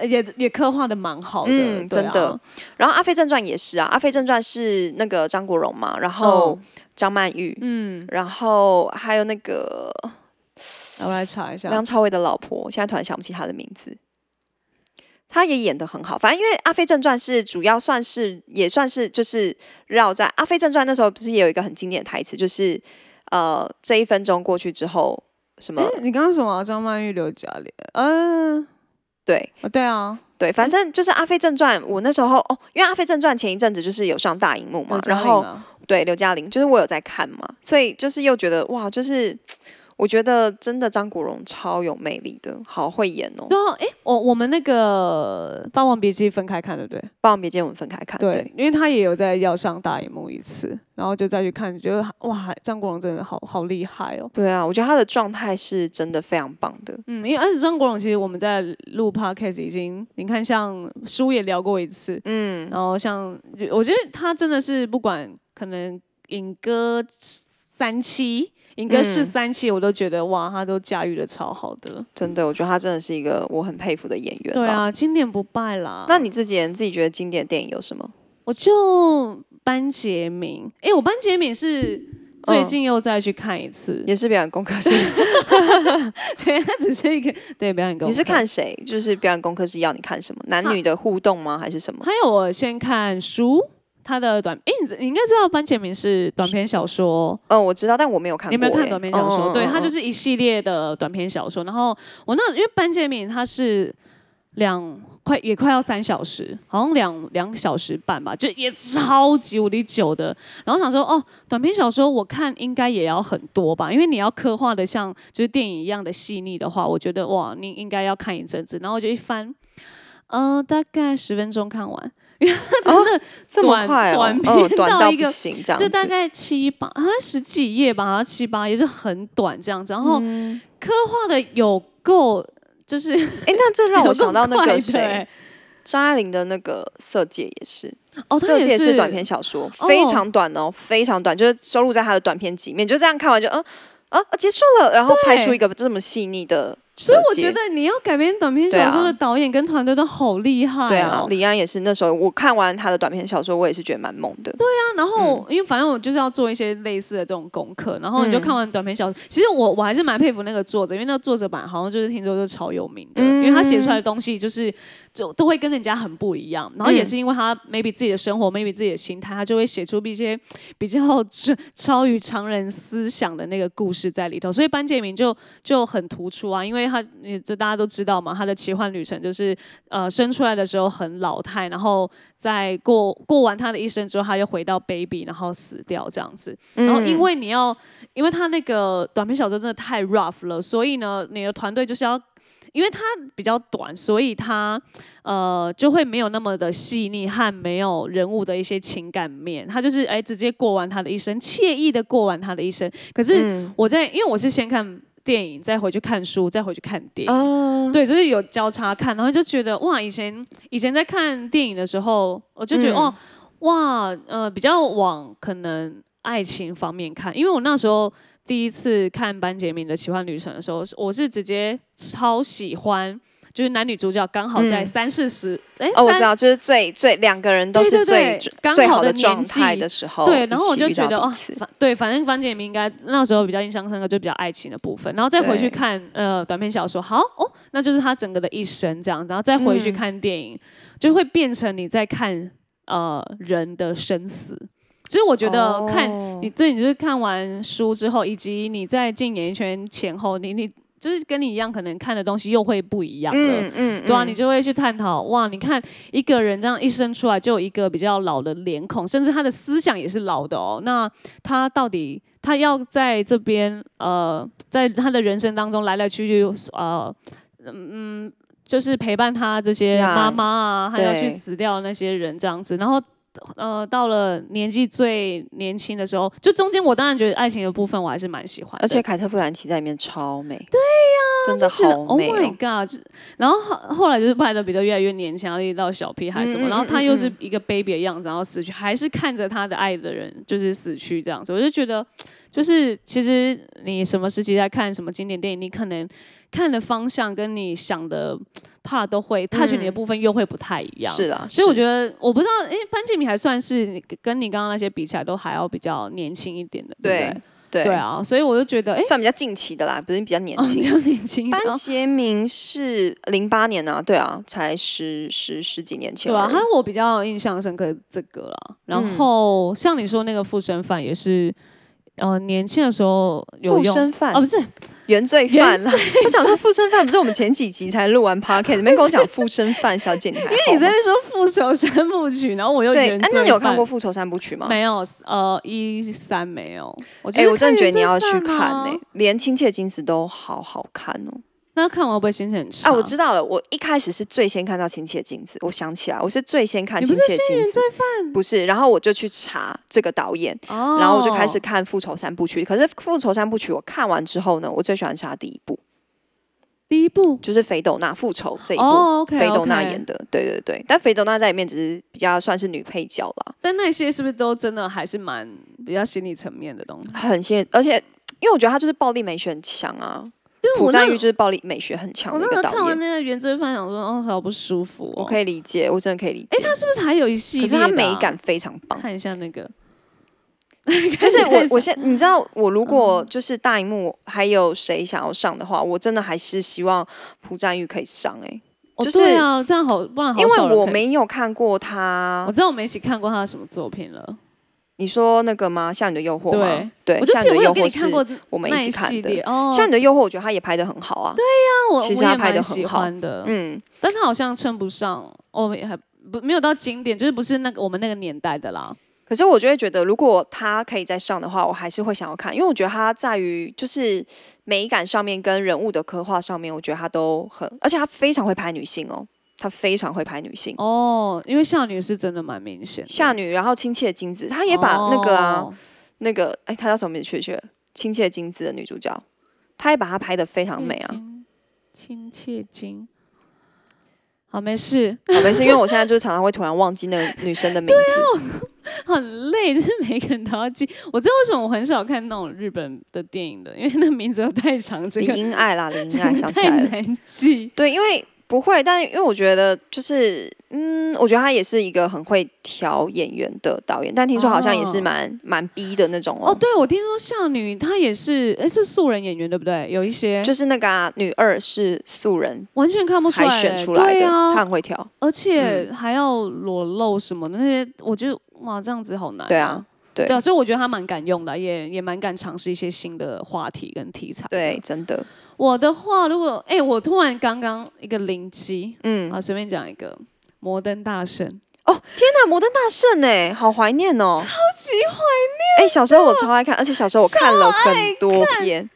Speaker 2: 也也刻画的蛮好的，
Speaker 1: 嗯，
Speaker 2: 对
Speaker 1: 真
Speaker 2: 啊
Speaker 1: 的。。然后《阿飞正传》也是啊，《阿飞正传》是那个张国荣嘛，然后张曼玉，哦嗯，然后还有那个
Speaker 2: 来我来查一下，
Speaker 1: 梁朝伟的老婆，现在突然想不起她的名字。她也演的很好，反正因为《阿飞正传》是主要算是也算是就是绕在《阿飞正传》那时候不是也有一个很经典的台词，就是呃这一分钟过去之后什么、
Speaker 2: 诶你刚刚说什么？啊张曼玉、刘嘉玲，嗯、
Speaker 1: 对
Speaker 2: 哦对啊，
Speaker 1: 对，反正就是《阿飞正传》，我那时候哦，因为《阿飞正传》前一阵子就是有上大荧幕嘛
Speaker 2: 刘，嘉
Speaker 1: 然
Speaker 2: 玲
Speaker 1: 后
Speaker 2: 啊
Speaker 1: 对刘嘉玲，就是我有在看嘛，所以就是又觉得哇，就是我觉得真的张国荣超有魅力的，好会演哦。
Speaker 2: 对啊，哎、我我们那个《霸王别姬》分开看，对不对？
Speaker 1: 霸王别姬我们分开看，啊对，
Speaker 2: 对，因为他也有在要上大荧幕一次，然后就再去看，觉得哇，张国荣真的好好厉害哦。
Speaker 1: 对啊，我觉得他的状态是真的非常棒的。
Speaker 2: 嗯，因为而且张国荣其实我们在录 podcast 已经，你看像书也聊过一次，嗯，然后像我觉得他真的是不管可能影歌三期。影歌是
Speaker 1: 嗯
Speaker 2: 三期，我都觉得哇，他都驾驭的超好的。
Speaker 1: 真的，我觉得他真的是一个我很佩服的演员。
Speaker 2: 嗯对，啊，经典不败啦。
Speaker 1: 那你自己人自己觉得经典电影有什么？
Speaker 2: 我就班杰明，诶，我班杰明是最
Speaker 1: 嗯
Speaker 2: 近又再去看一次，
Speaker 1: 也是表演功课是？
Speaker 2: <laughs> 对，他只是一个对表演给我
Speaker 1: 你是
Speaker 2: 看
Speaker 1: 看谁？就是表演功课是要你看什么？男女的互动吗？还是什么？
Speaker 2: 还有我先看书，他的短，诶，你知你应该知道班杰明是短篇小说，
Speaker 1: 嗯，我知道，但我没有看
Speaker 2: 你
Speaker 1: 过欸。
Speaker 2: 有没有看短篇小说？
Speaker 1: 嗯
Speaker 2: 对，他
Speaker 1: 嗯嗯
Speaker 2: 就。
Speaker 1: 嗯
Speaker 2: 是一系列的短篇小说。然后我那因为班杰明他是两快也快要三小时，好像两两小时半吧，就也超级无敌久的。然后想说，哦，短篇小说我看应该也要很多吧，因为你要刻画的像就是电影一样的细腻的话，我觉得哇，你应该要看一阵子。然后我就一翻，呃，大概十分钟看完，
Speaker 1: 这么快、哦，
Speaker 2: 短
Speaker 1: 嗯
Speaker 2: 短篇
Speaker 1: 短
Speaker 2: 到一
Speaker 1: 不
Speaker 2: 个
Speaker 1: 行，这样
Speaker 2: 就大
Speaker 1: 子
Speaker 2: 概七八好像十几页吧，好像七八页，就很短这样子。然后
Speaker 1: 嗯
Speaker 2: 刻画的有够，就是 <laughs>
Speaker 1: 哎、那这让
Speaker 2: 有
Speaker 1: 我
Speaker 2: 够
Speaker 1: 想到那
Speaker 2: 快
Speaker 1: 个
Speaker 2: 的
Speaker 1: 谁
Speaker 2: 欸，
Speaker 1: 张爱玲的那个《色戒》也是，
Speaker 2: 哦，他
Speaker 1: 色戒》
Speaker 2: 也
Speaker 1: 是短篇小说，
Speaker 2: 哦
Speaker 1: 非常短哦，非常短，就是收录在他的短篇集里面，就这样看完就嗯啊啊结束了，然后拍出一个这么细腻的色
Speaker 2: 所以我
Speaker 1: 戒
Speaker 2: 觉得你要改编短篇
Speaker 1: 对
Speaker 2: 小说
Speaker 1: 啊
Speaker 2: 的导演跟团队都好厉害、哦
Speaker 1: 对啊，
Speaker 2: 对
Speaker 1: 李安也是那时候我看完他的短篇小说，我也是觉得蛮猛的。对，
Speaker 2: 啊。然后、
Speaker 1: 嗯
Speaker 2: 因为反正我就是要做一些类似的这种功课，然后你就看完短篇小说。其实我我还是蛮佩服那个作者，因为那个作者版好像就是听说就是超有名的，因为他写出
Speaker 1: 嗯
Speaker 2: 来的东西就是就都会跟人家很不一样。然后也是因为他 maybe 自己的生活，maybe 自己的心态，他就会写出一些比较超超于常人思想的那个故事在里头，所以班杰明就就很突出啊，因为他呃就大家都知道嘛，他的奇幻旅程就是呃生出来的时候很老态，然后在过过完他的一生之后，他又回到 baby，然后死掉这样子。然
Speaker 1: 嗯
Speaker 2: 后因为你要，因为他那个短篇小说真的太 rough 了，所以呢，你的团队就是要。因为它比较短，所以它呃就会没有那么的细腻和没有人物的一些情感面，他就是哎直接过完他的一生，惬意的过完他的一生。可
Speaker 1: 嗯
Speaker 2: 是我在，因为我是先看电影，再回去看书，再回去看电影，
Speaker 1: 嗯、
Speaker 2: 对，就是有交叉看，然后就觉得哇，以前以前在看电影的时候，我就觉得、
Speaker 1: 嗯
Speaker 2: 哦，哇，呃，比较往可能爱情方面看，因为我那时候第一次看班杰明的奇幻旅程的时候，是我是直接超喜欢，就是男女主角刚好在
Speaker 1: 嗯
Speaker 2: 三四十，哎、
Speaker 1: 哦，我
Speaker 2: 三
Speaker 1: 知道，就是最最两个人都
Speaker 2: 对
Speaker 1: 是
Speaker 2: 对
Speaker 1: 最
Speaker 2: 对
Speaker 1: 最
Speaker 2: 刚
Speaker 1: 最
Speaker 2: 好
Speaker 1: 好
Speaker 2: 的
Speaker 1: 的状
Speaker 2: 年纪
Speaker 1: 态的时候，
Speaker 2: 对，然后
Speaker 1: 一
Speaker 2: 我
Speaker 1: 起
Speaker 2: 就
Speaker 1: 遇
Speaker 2: 觉
Speaker 1: 到
Speaker 2: 得哦
Speaker 1: 彼此，
Speaker 2: 反对，反正班杰明应该那时候比较印象深刻，就比较爱情的部分，然后再回
Speaker 1: 对
Speaker 2: 去看呃短篇小说，好哦，那就是他整个的一生这样，然后再回
Speaker 1: 嗯
Speaker 2: 去看电影，就会变成你在看呃人的生死。其实我觉得看、
Speaker 1: 哦
Speaker 2: 你对，你就是看完书之后，以及你在进演艺圈前后，你你就是跟你一样，可能看的东西又会不一样了。
Speaker 1: 嗯嗯，
Speaker 2: 对啊，
Speaker 1: 嗯
Speaker 2: 你就会去探讨哇，你看一个人这样一生出来就有一个比较老的脸孔，甚至他的思想也是老的哦。那他到底他要在这边呃，在他的人生当中来来去去呃，嗯，就是陪伴他这些
Speaker 1: 呀
Speaker 2: 妈妈啊，还有
Speaker 1: 对
Speaker 2: 去死掉的那些人这样子，然后。呃，到了年纪最年轻的时候，就中间我当然觉得爱情的部分我还是蛮喜欢的，
Speaker 1: 而且凯特·布兰奇在里面超美，对呀、真的
Speaker 2: 是的
Speaker 1: 好美、
Speaker 2: Oh my
Speaker 1: 哦。
Speaker 2: god！就是然后后后来就是布莱德彼特越来越年轻，然后一直到小屁孩什么，
Speaker 1: 嗯嗯
Speaker 2: 然后他又是
Speaker 1: 嗯
Speaker 2: 一个 baby 的样子，然后死去，还是看着他的爱的人就是死去这样子，我就觉得，就是其实你什么时期在看什么经典电影，你可能看的方向跟你想的怕都会 touch 你的部分又会不太一样，
Speaker 1: 嗯是啦，
Speaker 2: 所以我
Speaker 1: 得
Speaker 2: 觉得，我不知道，因为班杰明还算是跟你刚刚那些比起来，都还要比较年轻一点的，对不
Speaker 1: 对对
Speaker 2: 对？对，啊，所以我就觉得，哎、
Speaker 1: 算比较近期的啦，不是比较年
Speaker 2: 哦，比
Speaker 1: 轻。
Speaker 2: 较年轻一点，
Speaker 1: <laughs> 班
Speaker 2: 哦
Speaker 1: 杰明是零八年啊，对啊，才十十十几年前
Speaker 2: 对啊，
Speaker 1: 而已。嗯
Speaker 2: 还有我比较印象深刻这个啦。然后、像你说那个附身犯也是，呃，年轻的时候有
Speaker 1: 附
Speaker 2: 用
Speaker 1: 身犯
Speaker 2: 哦，不是
Speaker 1: 原罪犯啦。我想说附身犯不是我们前几集才录完 podcast，你们跟我讲附身犯，小姐你还好
Speaker 2: 因
Speaker 1: 吗
Speaker 2: 为你在那边说复仇三部曲，然后我又
Speaker 1: 哦对，
Speaker 2: 原
Speaker 1: 哎、那你
Speaker 2: 罪
Speaker 1: 有看
Speaker 2: 犯
Speaker 1: 过《复仇三部曲》吗？
Speaker 2: 没有？呃，一三没有。我
Speaker 1: 哎、
Speaker 2: 觉得、
Speaker 1: 我真的觉得你要去看欸呢、
Speaker 2: 呢、
Speaker 1: 连《亲切金丝》都好好看哦。
Speaker 2: 那看完会不会心情很差？
Speaker 1: 啊，我知道了，我一开始是最先看到《亲切金子》，我想起来，我是最先看《
Speaker 2: 你不
Speaker 1: 亲
Speaker 2: 是
Speaker 1: 切金
Speaker 2: 原
Speaker 1: 子
Speaker 2: 罪》，
Speaker 1: 不是，然后我就去查这个导演，
Speaker 2: 犯哦，
Speaker 1: 然后我就开始看《复仇三部曲》。可是《复仇三部曲》我看完之后呢，我最喜欢是他第一部，
Speaker 2: 第一部
Speaker 1: 就是斐斗娜复仇这一部。
Speaker 2: 哦，OK，
Speaker 1: 斐斗娜演的，对对对，但斐斗娜在里面只是比较算是女配角啦，
Speaker 2: 但那些是不是都真的还是蛮比较心理层面的东西？
Speaker 1: 很现，而且因为我觉得她就是暴力美学很强啊，
Speaker 2: 对
Speaker 1: 朴
Speaker 2: 我那
Speaker 1: 赞玉就是暴力美学很强
Speaker 2: 我
Speaker 1: 的
Speaker 2: 那
Speaker 1: 一
Speaker 2: 时候
Speaker 1: 个
Speaker 2: 看
Speaker 1: 导
Speaker 2: 完
Speaker 1: 演，
Speaker 2: 那个原罪犯，想说哦，好不舒服、哦。
Speaker 1: 我可以理解，我真的可以理解。
Speaker 2: 是不是还有一系
Speaker 1: 可
Speaker 2: 列
Speaker 1: 是
Speaker 2: 的啊、
Speaker 1: 她美感非常棒，
Speaker 2: 看一下那个， <laughs>
Speaker 1: 就是我，我
Speaker 2: 现
Speaker 1: 现你知道，我如
Speaker 2: 嗯
Speaker 1: 果就是大荧幕还有谁想要上的话，我真的还是希望朴赞玉可以上哎、就是
Speaker 2: 对啊，这样好，不然好
Speaker 1: 因
Speaker 2: 少人
Speaker 1: 为我
Speaker 2: 可以，
Speaker 1: 没有看过他
Speaker 2: 我，知道我们一起看过他的什么作品了，
Speaker 1: 你说那个吗？像你的诱惑吗？对，
Speaker 2: 我就
Speaker 1: 像
Speaker 2: 记
Speaker 1: 你
Speaker 2: 得
Speaker 1: 的
Speaker 2: 我
Speaker 1: 诱
Speaker 2: 有跟
Speaker 1: 惑
Speaker 2: 你
Speaker 1: 是
Speaker 2: 看过
Speaker 1: 我们
Speaker 2: 那
Speaker 1: 一起看
Speaker 2: 系
Speaker 1: 的。
Speaker 2: 列哦，
Speaker 1: 像你的诱惑，我觉得他也拍的很好啊。对，
Speaker 2: 那我
Speaker 1: 其实
Speaker 2: 我
Speaker 1: 他
Speaker 2: 也
Speaker 1: 拍得
Speaker 2: 蛮
Speaker 1: 很
Speaker 2: 喜
Speaker 1: 好
Speaker 2: 欢的，
Speaker 1: 嗯，
Speaker 2: 但他好像称不上，哦，也还不没有到经典，就是不是那个我们那个年代的啦。
Speaker 1: 可是我就会觉得，如果他可以再上的话，我还是会想要看，因为我觉得他在于就是美感上面跟人物的刻画上面，我觉得他都很，而且他非常会拍女性哦，他非常会拍女性。
Speaker 2: 哦，因为少女是真的蛮明显的，
Speaker 1: 夏女，然后亲切金子，她也把那个啊，
Speaker 2: 哦
Speaker 1: 那个哎，她叫什么名字？确切亲切金子的女主角，她也把她拍的非常美啊。，
Speaker 2: 亲亲切金。好，没事，
Speaker 1: 好没事，因为我现在就是常常会突然忘记那个女生的名
Speaker 2: 啊
Speaker 1: 字。
Speaker 2: 很累，就是每个人都要记。 <laughs> 我知道为什么我很少看那种日本的电影的，因为那名字都太长，这
Speaker 1: 林
Speaker 2: 个
Speaker 1: 英爱啦，林英爱
Speaker 2: 真
Speaker 1: 想
Speaker 2: 的
Speaker 1: 起
Speaker 2: 太
Speaker 1: 来了。
Speaker 2: 难记。
Speaker 1: 对，因为不会，但因为我觉得就是，嗯，我觉得他也是一个很会调演员的导演，但听说好像也是
Speaker 2: 哦
Speaker 1: 蛮蛮逼的那种
Speaker 2: 哦，
Speaker 1: 哦。
Speaker 2: 对，我听说少女她也是，哎，是素人演员对不对？有一些
Speaker 1: 就是那个啊，女二是素人
Speaker 2: 完全看不出
Speaker 1: 海
Speaker 2: 来，
Speaker 1: 选出来
Speaker 2: 对
Speaker 1: 的，嗯她
Speaker 2: 啊，
Speaker 1: 很会调。
Speaker 2: 而且还要裸露什么的那些，我觉得哇，这样子好难、
Speaker 1: 对啊，，对
Speaker 2: 对啊，所以我觉得他蛮敢用的，啊也也蛮敢尝试一些新的话题跟题材。
Speaker 1: 对，，真的，
Speaker 2: 我的话，如果哎、我突然刚刚一个灵机，
Speaker 1: 嗯，
Speaker 2: 啊，随便讲一个。摩登大圣，
Speaker 1: 哦，天哪，摩登大圣哎，好怀念哦，超级怀念。哎、小时候我超爱看，而且小时候我看了很多遍，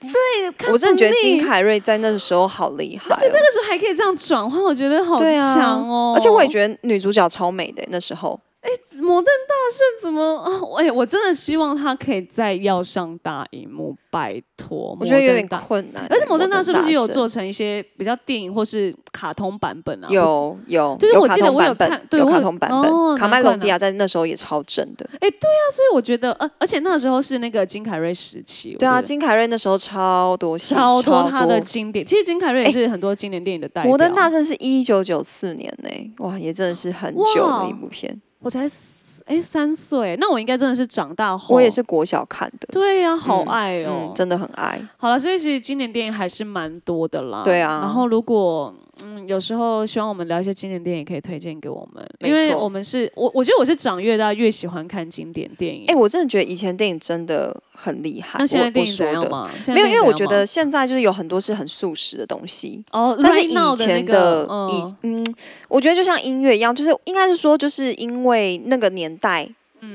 Speaker 2: 看
Speaker 1: 我真的觉得
Speaker 2: 不腻
Speaker 1: 金凯瑞在那时候好厉害、哦，而且
Speaker 2: 那时候还可以这样转换，我觉得好
Speaker 1: 对啊
Speaker 2: 强哦、
Speaker 1: 而且我也觉得女主角超美的、那时候，
Speaker 2: 得摩登大圣怎么啊？我哎、我真的希望他可以再要上大荧幕，拜托。
Speaker 1: 我觉得有
Speaker 2: 摩登
Speaker 1: 点
Speaker 2: 大
Speaker 1: 困欸难、
Speaker 2: 而且摩登大是不是有
Speaker 1: 圣
Speaker 2: 做成一些比较电影或是卡通版本啊？不是。
Speaker 1: 有有，
Speaker 2: 就是
Speaker 1: 有
Speaker 2: 我
Speaker 1: 卡
Speaker 2: 记得
Speaker 1: 通
Speaker 2: 我有
Speaker 1: 版本
Speaker 2: 看对
Speaker 1: 有
Speaker 2: 我
Speaker 1: 卡
Speaker 2: 有
Speaker 1: 通版本，
Speaker 2: 哦
Speaker 1: 卡麦
Speaker 2: 难怪
Speaker 1: 隆迪亚在那时候也超正的。
Speaker 2: 那所以我觉得，呃，而且那时候是那个金凯瑞时期，我
Speaker 1: 对啊，
Speaker 2: 觉得
Speaker 1: 金凯瑞那时候超多戏，
Speaker 2: 超
Speaker 1: 超欸
Speaker 2: 多他的经典。其实金凯瑞也是很多经典电影的代表。
Speaker 1: 摩登大圣是一九九四年呢、哇，也真的是很久
Speaker 2: 哇
Speaker 1: 的一部片。
Speaker 2: 我才四哎三岁，那我应该真的是长大后。
Speaker 1: 我也。是国小看的，
Speaker 2: 对呀、好爱哦、
Speaker 1: 嗯，真的很爱。
Speaker 2: 好了，所以其实经典电影还是蛮多的啦。
Speaker 1: 对啊
Speaker 2: 然后如果嗯，有时候希望我们聊一些经典电影，可以推荐给我们，
Speaker 1: 没
Speaker 2: 因为
Speaker 1: 错
Speaker 2: 我们是我，我觉得我是长越大越喜欢看经典电影。
Speaker 1: 哎、我真的觉得以前电影真的很厉害。
Speaker 2: 那现在
Speaker 1: 我我
Speaker 2: 电影
Speaker 1: 说
Speaker 2: 怎样
Speaker 1: 的
Speaker 2: 嘛？现在
Speaker 1: 没有，
Speaker 2: 电影
Speaker 1: 因为我
Speaker 2: 怎
Speaker 1: 觉
Speaker 2: 样
Speaker 1: 得
Speaker 2: 嘛
Speaker 1: 现在就是有很多是很速食的东西，
Speaker 2: 哦，
Speaker 1: 但是
Speaker 2: right now
Speaker 1: 以前
Speaker 2: 那个
Speaker 1: 的以
Speaker 2: 嗯
Speaker 1: 嗯，我觉得就像音乐一样，就是应该是说，就是因为那个年代，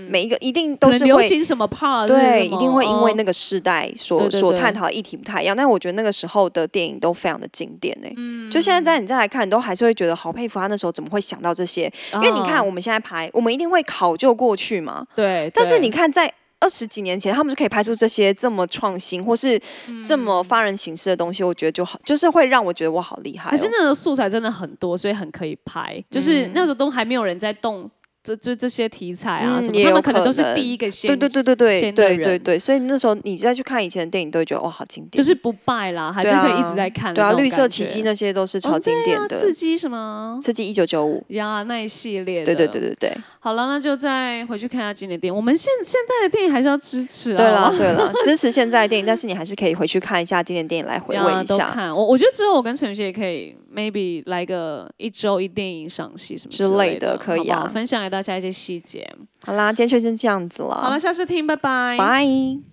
Speaker 1: 每一个一定都
Speaker 2: 嗯可能
Speaker 1: 是
Speaker 2: 流
Speaker 1: 会
Speaker 2: 行什么 part，
Speaker 1: 对，一定会因为那
Speaker 2: 个
Speaker 1: 个世代所
Speaker 2: 对对
Speaker 1: 所
Speaker 2: 对
Speaker 1: 探讨的议题不太一样，但我觉得那个时候的电影都非常的经典呢、
Speaker 2: 嗯
Speaker 1: 就现在在你再来看，你都还是会觉得好佩服他那时候怎么会想到这些，因为你
Speaker 2: 嗯哦
Speaker 1: 看我们现在拍，我们一定会考究过去嘛，
Speaker 2: 啊对，
Speaker 1: 但是
Speaker 2: 对
Speaker 1: 你看在。二十几年前，他们就可以拍出这些这么创新或是这么
Speaker 2: 嗯
Speaker 1: 发人省思的东西，我觉得就好，就是会让我觉得我好厉害、
Speaker 2: 还是
Speaker 1: 哦。
Speaker 2: 那个素材真的很多，所以很可以
Speaker 1: 嗯
Speaker 2: 拍，就是那时候都还没有人在动。这就这些题材啊，
Speaker 1: 嗯
Speaker 2: 什么
Speaker 1: 也
Speaker 2: 他
Speaker 1: 有
Speaker 2: 们可能
Speaker 1: 可
Speaker 2: 都是
Speaker 1: 能
Speaker 2: 第一个先，
Speaker 1: 对对对对对
Speaker 2: 先的
Speaker 1: 对
Speaker 2: 人
Speaker 1: 对对，所以那时候你再去看以前的电影，都会觉得哇，好经典。
Speaker 2: 就是不败啦，还是
Speaker 1: 对啊
Speaker 2: 可以一直在看的
Speaker 1: 对啊，
Speaker 2: 那种感觉。
Speaker 1: 绿色奇迹那些都是超
Speaker 2: 哦
Speaker 1: 经典
Speaker 2: 啊
Speaker 1: 的，
Speaker 2: 刺激什么
Speaker 1: 刺激一九九
Speaker 2: <laughs>
Speaker 1: 五。
Speaker 2: 呀那一系列的。
Speaker 1: 对对对。对对，
Speaker 2: 好了，那就再回去看一下经典电影。我们现现在的电影还是要支持啊。
Speaker 1: 对啦对啦，
Speaker 2: <laughs>
Speaker 1: 支持现在的电影，但是你还是可以回去看一下经典电影来回
Speaker 2: 呀
Speaker 1: 味一
Speaker 2: 都
Speaker 1: 下
Speaker 2: 看我，我觉得之后我跟陈宇杰也可以 maybe 来个一周一电影赏析什么
Speaker 1: 之类
Speaker 2: 类
Speaker 1: 的可以
Speaker 2: 好不好
Speaker 1: 啊
Speaker 2: 分享给大家一些细节。
Speaker 1: 好啦，今天就先这样子
Speaker 2: 好了，
Speaker 1: 了，
Speaker 2: 下次听，拜拜。
Speaker 1: 拜。